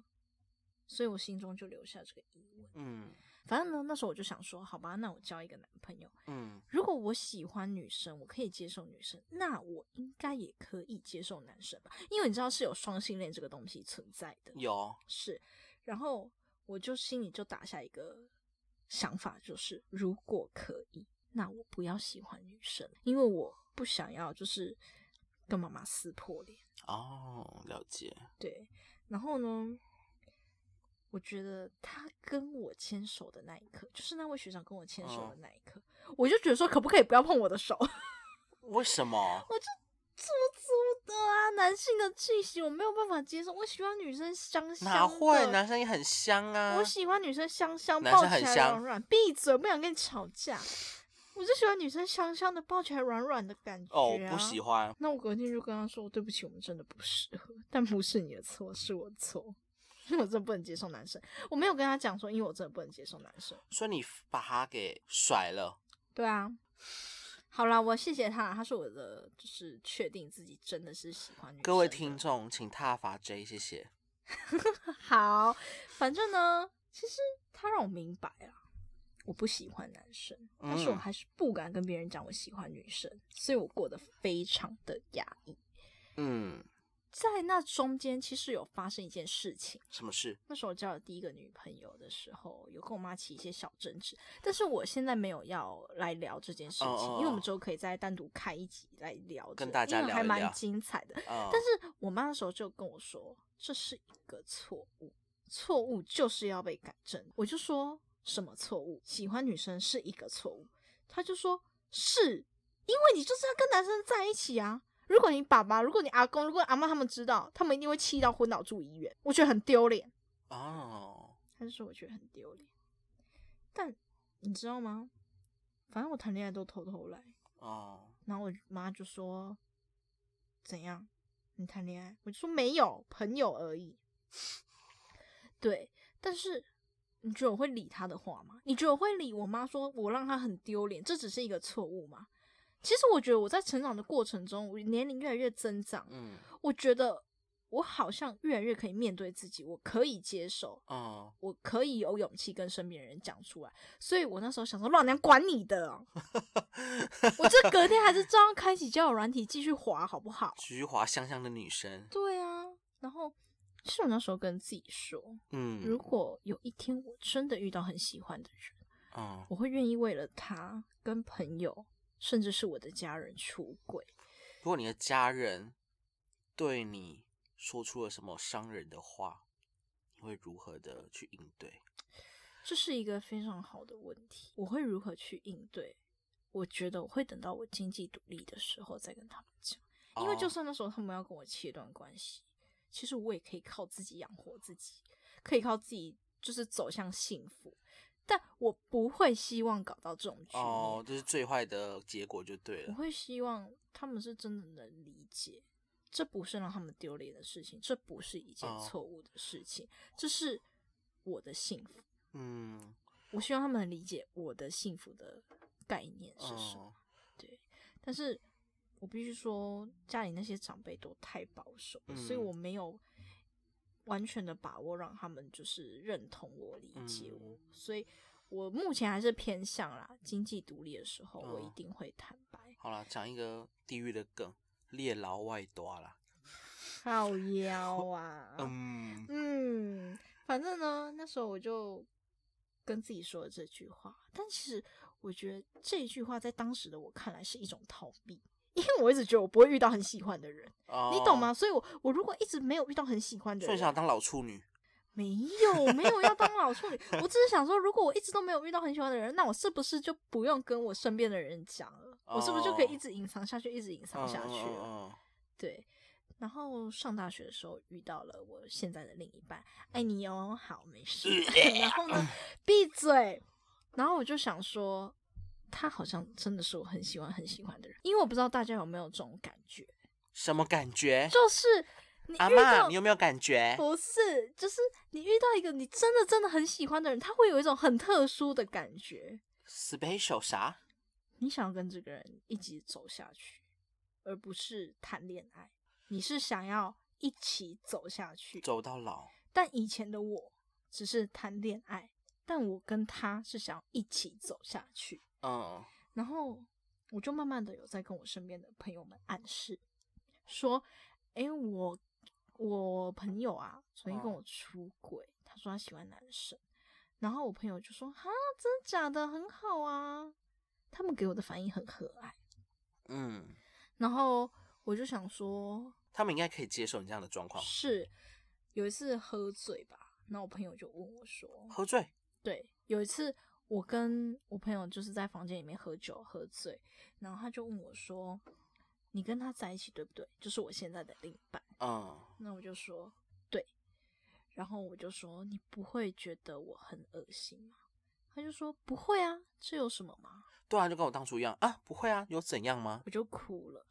[SPEAKER 2] 所以我心中就留下这个疑问。
[SPEAKER 1] 嗯
[SPEAKER 2] 反正呢，那时候我就想说，好吧，那我交一个男朋友。
[SPEAKER 1] 嗯，
[SPEAKER 2] 如果我喜欢女生，我可以接受女生，那我应该也可以接受男生吧？因为你知道是有双性恋这个东西存在的，
[SPEAKER 1] 有
[SPEAKER 2] 是。然后我就心里就打下一个想法，就是如果可以，那我不要喜欢女生，因为我不想要就是跟妈妈撕破脸。
[SPEAKER 1] 哦，了解。
[SPEAKER 2] 对，然后呢，我觉得他跟我牵手的那一刻，就是那位学长跟我牵手的
[SPEAKER 1] 嗯
[SPEAKER 2] 那一刻，我就觉得说，可不可以不要碰我的手？
[SPEAKER 1] 为什么？
[SPEAKER 2] 我就粗粗的啊，男性的气息我没有办法接受，我喜欢女生香香的。
[SPEAKER 1] 哪会？男生也很香啊。
[SPEAKER 2] 我喜欢女生香香，
[SPEAKER 1] 男
[SPEAKER 2] 抱
[SPEAKER 1] 生
[SPEAKER 2] 起
[SPEAKER 1] 很
[SPEAKER 2] 来
[SPEAKER 1] 香
[SPEAKER 2] 软软。闭嘴，我不想跟你吵架。我就喜欢女生香香的，抱起来软软的感觉、啊。
[SPEAKER 1] 哦，不喜欢。
[SPEAKER 2] 那我隔天就跟他说：“对不起，我们真的不适合，但不是你的错，是我的错， 因为我真的不能接受男生。我没有跟他讲说，因为我真的不能接受男生。
[SPEAKER 1] 所以你把他给甩了。
[SPEAKER 2] 对啊，好啦，我谢谢他，他是我的，就是确定自己真的是喜欢女生。
[SPEAKER 1] 各位听，众，请踏伐 J，谢谢。
[SPEAKER 2] 好，反正呢，其实他让我明白啊，我不喜欢男生，但是我
[SPEAKER 1] 嗯
[SPEAKER 2] 还是不敢跟别人讲我喜欢女生，所以我过得非常的压抑。
[SPEAKER 1] 嗯，
[SPEAKER 2] 在那中间，其实有发生一件事情。”
[SPEAKER 1] 什么事？
[SPEAKER 2] 那时候交了第一个女朋友的时候，有跟我妈起一些小争执，但是我现在没有要来聊这件事情，
[SPEAKER 1] 哦哦哦
[SPEAKER 2] 因为我们之后可以再单独开一集来聊这，
[SPEAKER 1] 跟大家
[SPEAKER 2] 因为
[SPEAKER 1] 聊一
[SPEAKER 2] 还
[SPEAKER 1] 聊
[SPEAKER 2] 蛮精彩的。
[SPEAKER 1] 啊、
[SPEAKER 2] 但是我妈那时候就跟我说，这是一个错误，错误就是要被改正。我就说什么错误？喜欢女生是一个错误。她就说是因为你就是要跟男生在一起啊。如果你爸爸、如果你阿公、如果阿妈他们知道，他们一定会气到昏倒住医院，我觉得很丢脸。
[SPEAKER 1] 哦，
[SPEAKER 2] 他就说我觉得很丢脸。但你知道吗？反正我谈恋爱都偷偷来，
[SPEAKER 1] 哦，
[SPEAKER 2] 然后我妈就说怎样？你谈恋爱？我就说没有，朋友而已。 对，但是你觉得我会理她的话吗？你觉得我会理我妈说我让她很丢脸，这只是一个错误吗？其实我觉得我在成长的过程中，我年龄越来越增长，
[SPEAKER 1] 嗯，
[SPEAKER 2] 我觉得我好像越来越可以面对自己，我可以接受，
[SPEAKER 1] 哦，
[SPEAKER 2] 我可以有勇气跟身边人讲出来，所以我那时候想说，老娘管你的哦、我这隔天还是照样开启交友软体继续滑，好不好？
[SPEAKER 1] 菊花香香的女生，
[SPEAKER 2] 对啊，然后是我那时候跟自己说，
[SPEAKER 1] 嗯，
[SPEAKER 2] 如果有一天我真的遇到很喜欢的人，
[SPEAKER 1] 嗯，
[SPEAKER 2] 我会愿意为了他跟朋友，甚至是我的家人出轨。
[SPEAKER 1] 如果你的家人对你说出了什么伤人的话，你会如何的去应对？
[SPEAKER 2] 这是一个非常好的问题，我会如何去应对？我觉得我会等到我经济独立的时候再跟他们讲，因为就
[SPEAKER 1] 哦
[SPEAKER 2] 算那时候他们要跟我切断关系，其实我也可以靠自己养活自己，可以靠自己就是走向幸福，但我不会希望搞到这种局面。
[SPEAKER 1] 哦，这是最坏的结果就对
[SPEAKER 2] 我
[SPEAKER 1] 了。
[SPEAKER 2] 会希望他们是真的能理解，这不是让他们丢脸的事情，这不是一件
[SPEAKER 1] 哦
[SPEAKER 2] 错误的事情，这是我的幸福。
[SPEAKER 1] 嗯，
[SPEAKER 2] 我希望他们能理解我的幸福的概念是什么。
[SPEAKER 1] 哦，
[SPEAKER 2] 但是我必须说，家里那些长辈都太保守了，
[SPEAKER 1] 嗯
[SPEAKER 2] 所以我没有完全的把握让他们就是认同我、理解我，
[SPEAKER 1] 嗯
[SPEAKER 2] 所以我目前还是偏向啦经济独立的时候，我一
[SPEAKER 1] 哦
[SPEAKER 2] 定会坦白。
[SPEAKER 1] 好啦，讲一个地狱的梗，猎牢外多啦。
[SPEAKER 2] 好妖啊！
[SPEAKER 1] 嗯，
[SPEAKER 2] 嗯，反正呢，那时候我就跟自己说了这句话，但其实我觉得这句话在当时的我看来是一种逃避，因为我一直觉得我不会遇到很喜欢的人，
[SPEAKER 1] 哦
[SPEAKER 2] 你懂吗？？所以我我如果一直没有遇到很喜欢的
[SPEAKER 1] 所以
[SPEAKER 2] 人，
[SPEAKER 1] 想当老处女，
[SPEAKER 2] 没有没有要当老处女，我只是想说，如果我一直都没有遇到很喜欢的人，那我是不是就不用跟我身边的人讲了？我是不是就可以一
[SPEAKER 1] 哦
[SPEAKER 2] 直隐藏下去，一直隐藏
[SPEAKER 1] 嗯
[SPEAKER 2] 下去了？
[SPEAKER 1] 嗯
[SPEAKER 2] 对，然后上大学的时候遇到了我现在的另一半，爱你哦，好没事。 然后呢，闭嘴。然后我就想说，他好像真的是我很喜欢很喜欢的人，因为我不知道大家有没有这种感觉，
[SPEAKER 1] 什么感觉？
[SPEAKER 2] 就是你
[SPEAKER 1] 阿
[SPEAKER 2] 遇
[SPEAKER 1] 妈，
[SPEAKER 2] 到
[SPEAKER 1] 你有没有感觉？
[SPEAKER 2] 不是，就是你遇到一个你真的真的很喜欢的人，他会有一种很特殊的感觉，
[SPEAKER 1] special 啥？
[SPEAKER 2] 你想要跟这个人一起走下去，而不是谈恋爱，你是想要一起走下去，
[SPEAKER 1] 走到老，
[SPEAKER 2] 但以前的我只是谈恋爱，但我跟他是想一起走下去。
[SPEAKER 1] 嗯，
[SPEAKER 2] 然后我就慢慢的有在跟我身边的朋友们暗示，说，诶，我我朋友啊，昨天跟
[SPEAKER 1] 嗯
[SPEAKER 2] 我出轨，他说他喜欢男生，然后我朋友就说，哈，真的假的，很好啊。他们给我的反应很和蔼，
[SPEAKER 1] 嗯，
[SPEAKER 2] 然后我就想说，
[SPEAKER 1] 他们应该可以接受你这样的状况。
[SPEAKER 2] 是有一次喝醉吧，然后我朋友就问我说，
[SPEAKER 1] 喝醉，
[SPEAKER 2] 对，有一次我跟我朋友就是在房间里面喝酒喝醉，然后他就问我说：“你跟他在一起对不对？”就是我现在的另一半。
[SPEAKER 1] 嗯，
[SPEAKER 2] 那我就说：“对。”然后我就说：“你不会觉得我很恶心吗？”他就说：“不会啊，这有什么吗
[SPEAKER 1] 对啊，就跟我当初一样啊，不会啊，有怎样吗？”？
[SPEAKER 2] 我就哭了，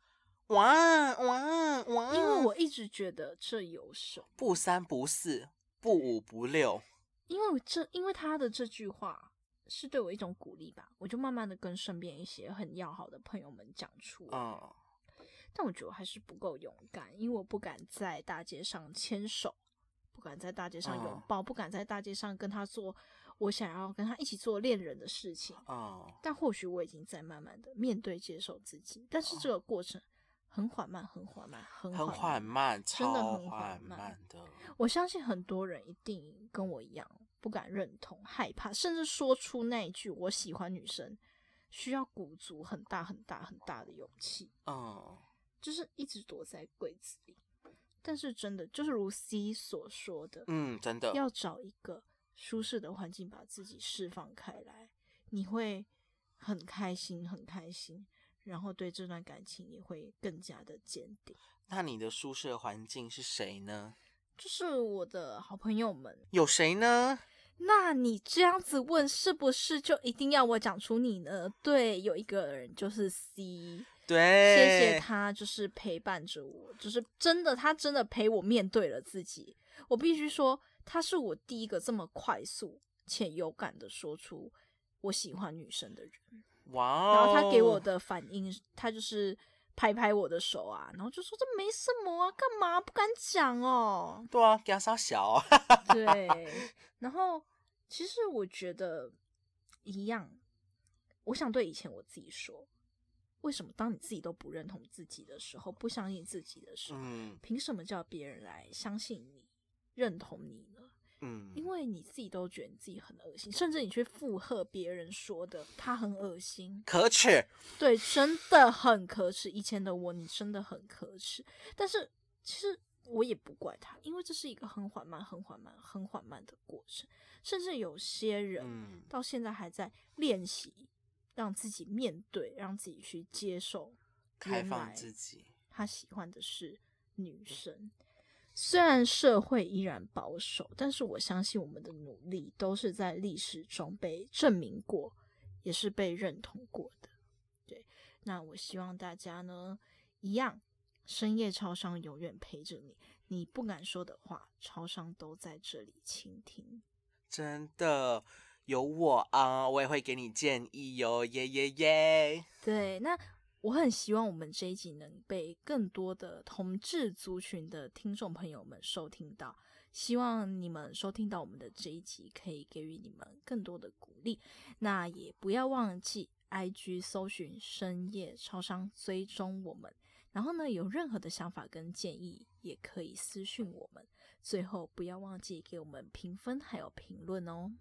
[SPEAKER 1] 哇哇哇！
[SPEAKER 2] 因为我一直觉得这有什么，
[SPEAKER 1] 不三不四，不五不六，
[SPEAKER 2] 因为我这因为他的这句话。是对我一种鼓励吧，我就慢慢的跟身边一些很要好的朋友们讲出来，
[SPEAKER 1] 嗯，
[SPEAKER 2] 但我觉得我还是不够勇敢，因为我不敢在大街上牵手，不敢在大街上拥
[SPEAKER 1] 嗯
[SPEAKER 2] 抱，不敢在大街上跟他做我想要跟他一起做恋人的事情。
[SPEAKER 1] 哦，
[SPEAKER 2] 但或许我已经在慢慢的面对、接受自己，但是这个过程很缓慢、很缓慢、很
[SPEAKER 1] 很缓。慢，
[SPEAKER 2] 真的
[SPEAKER 1] 超
[SPEAKER 2] 很缓慢
[SPEAKER 1] 慢的，
[SPEAKER 2] 我相信很多人一定跟我一样，不敢认同、害怕，甚至说出那一句“我喜欢女生”，需要鼓足很大、很大、很大的勇气。
[SPEAKER 1] 嗯，
[SPEAKER 2] 就是一直躲在柜子里。但是真的，就是如 C 所说的，
[SPEAKER 1] 嗯，真的，
[SPEAKER 2] 要找一个舒适的环境，把自己释放开来，你会很开心，很开心，然后对这段感情也会更加的坚定。
[SPEAKER 1] 那你的舒适的环境是谁呢？
[SPEAKER 2] 就是我的好朋友们，
[SPEAKER 1] 有谁呢？
[SPEAKER 2] 那你这样子问，是不是就一定要我讲出你呢？对，有一个人就是 C，
[SPEAKER 1] 对，
[SPEAKER 2] 谢谢。他，就是陪伴着我，就是真的，他真的陪我面对了自己。我必须说，他是我第一个这么快速且有感的说出我喜欢女生的人。
[SPEAKER 1] 哇哦！
[SPEAKER 2] 然后他给我，的反应，他就是拍拍我的手啊，然后就说这没什么啊，干嘛不敢讲哦？
[SPEAKER 1] 对啊，给他杀小，
[SPEAKER 2] 对，然后其实我觉得一样，我想对以前我自己说，为什么当你自己都不认同自己的时候，不相信自己的时候，
[SPEAKER 1] 嗯
[SPEAKER 2] 凭什么叫别人来相信你、认同你呢？
[SPEAKER 1] 嗯，
[SPEAKER 2] 因为你自己都觉得你自己很恶心，甚至你去附和别人说的他很恶心，
[SPEAKER 1] 可耻，
[SPEAKER 2] 对，真的很可耻。以前的我，你真的很可耻。但是其实我也不怪他，因为这是一个很缓慢、很缓慢、很缓慢的过程。甚至有些人
[SPEAKER 1] 嗯
[SPEAKER 2] 到现在还在练习，让自己面对，让自己去接受
[SPEAKER 1] 开
[SPEAKER 2] 原
[SPEAKER 1] 放
[SPEAKER 2] 来
[SPEAKER 1] 自己，
[SPEAKER 2] 他喜欢的是女生。虽然社会依然保守，但是我相信我们的努力都是在历史中被证明过，也是被认同过的。对，那我希望大家呢，一样，深夜超商永远陪着你，你不敢说的话，超商都在这里倾听。
[SPEAKER 1] 真的有我啊，我也会给你建议哟、耶耶耶！
[SPEAKER 2] 对，那我很希望我们这一集能被更多的同志族群的听众朋友们收听到。希望你们收听到我们的这一集，可以给予你们更多的鼓励。那也不要忘记 IG 搜寻深夜超商追踪我们。然后呢，有任何的想法跟建议，也可以私讯我们。最后，不要忘记给我们评分还有评论哦。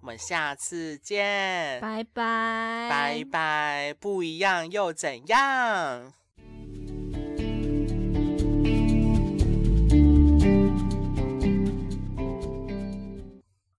[SPEAKER 1] 我们下次见，
[SPEAKER 2] 拜拜，
[SPEAKER 1] 拜拜，不一样又怎样？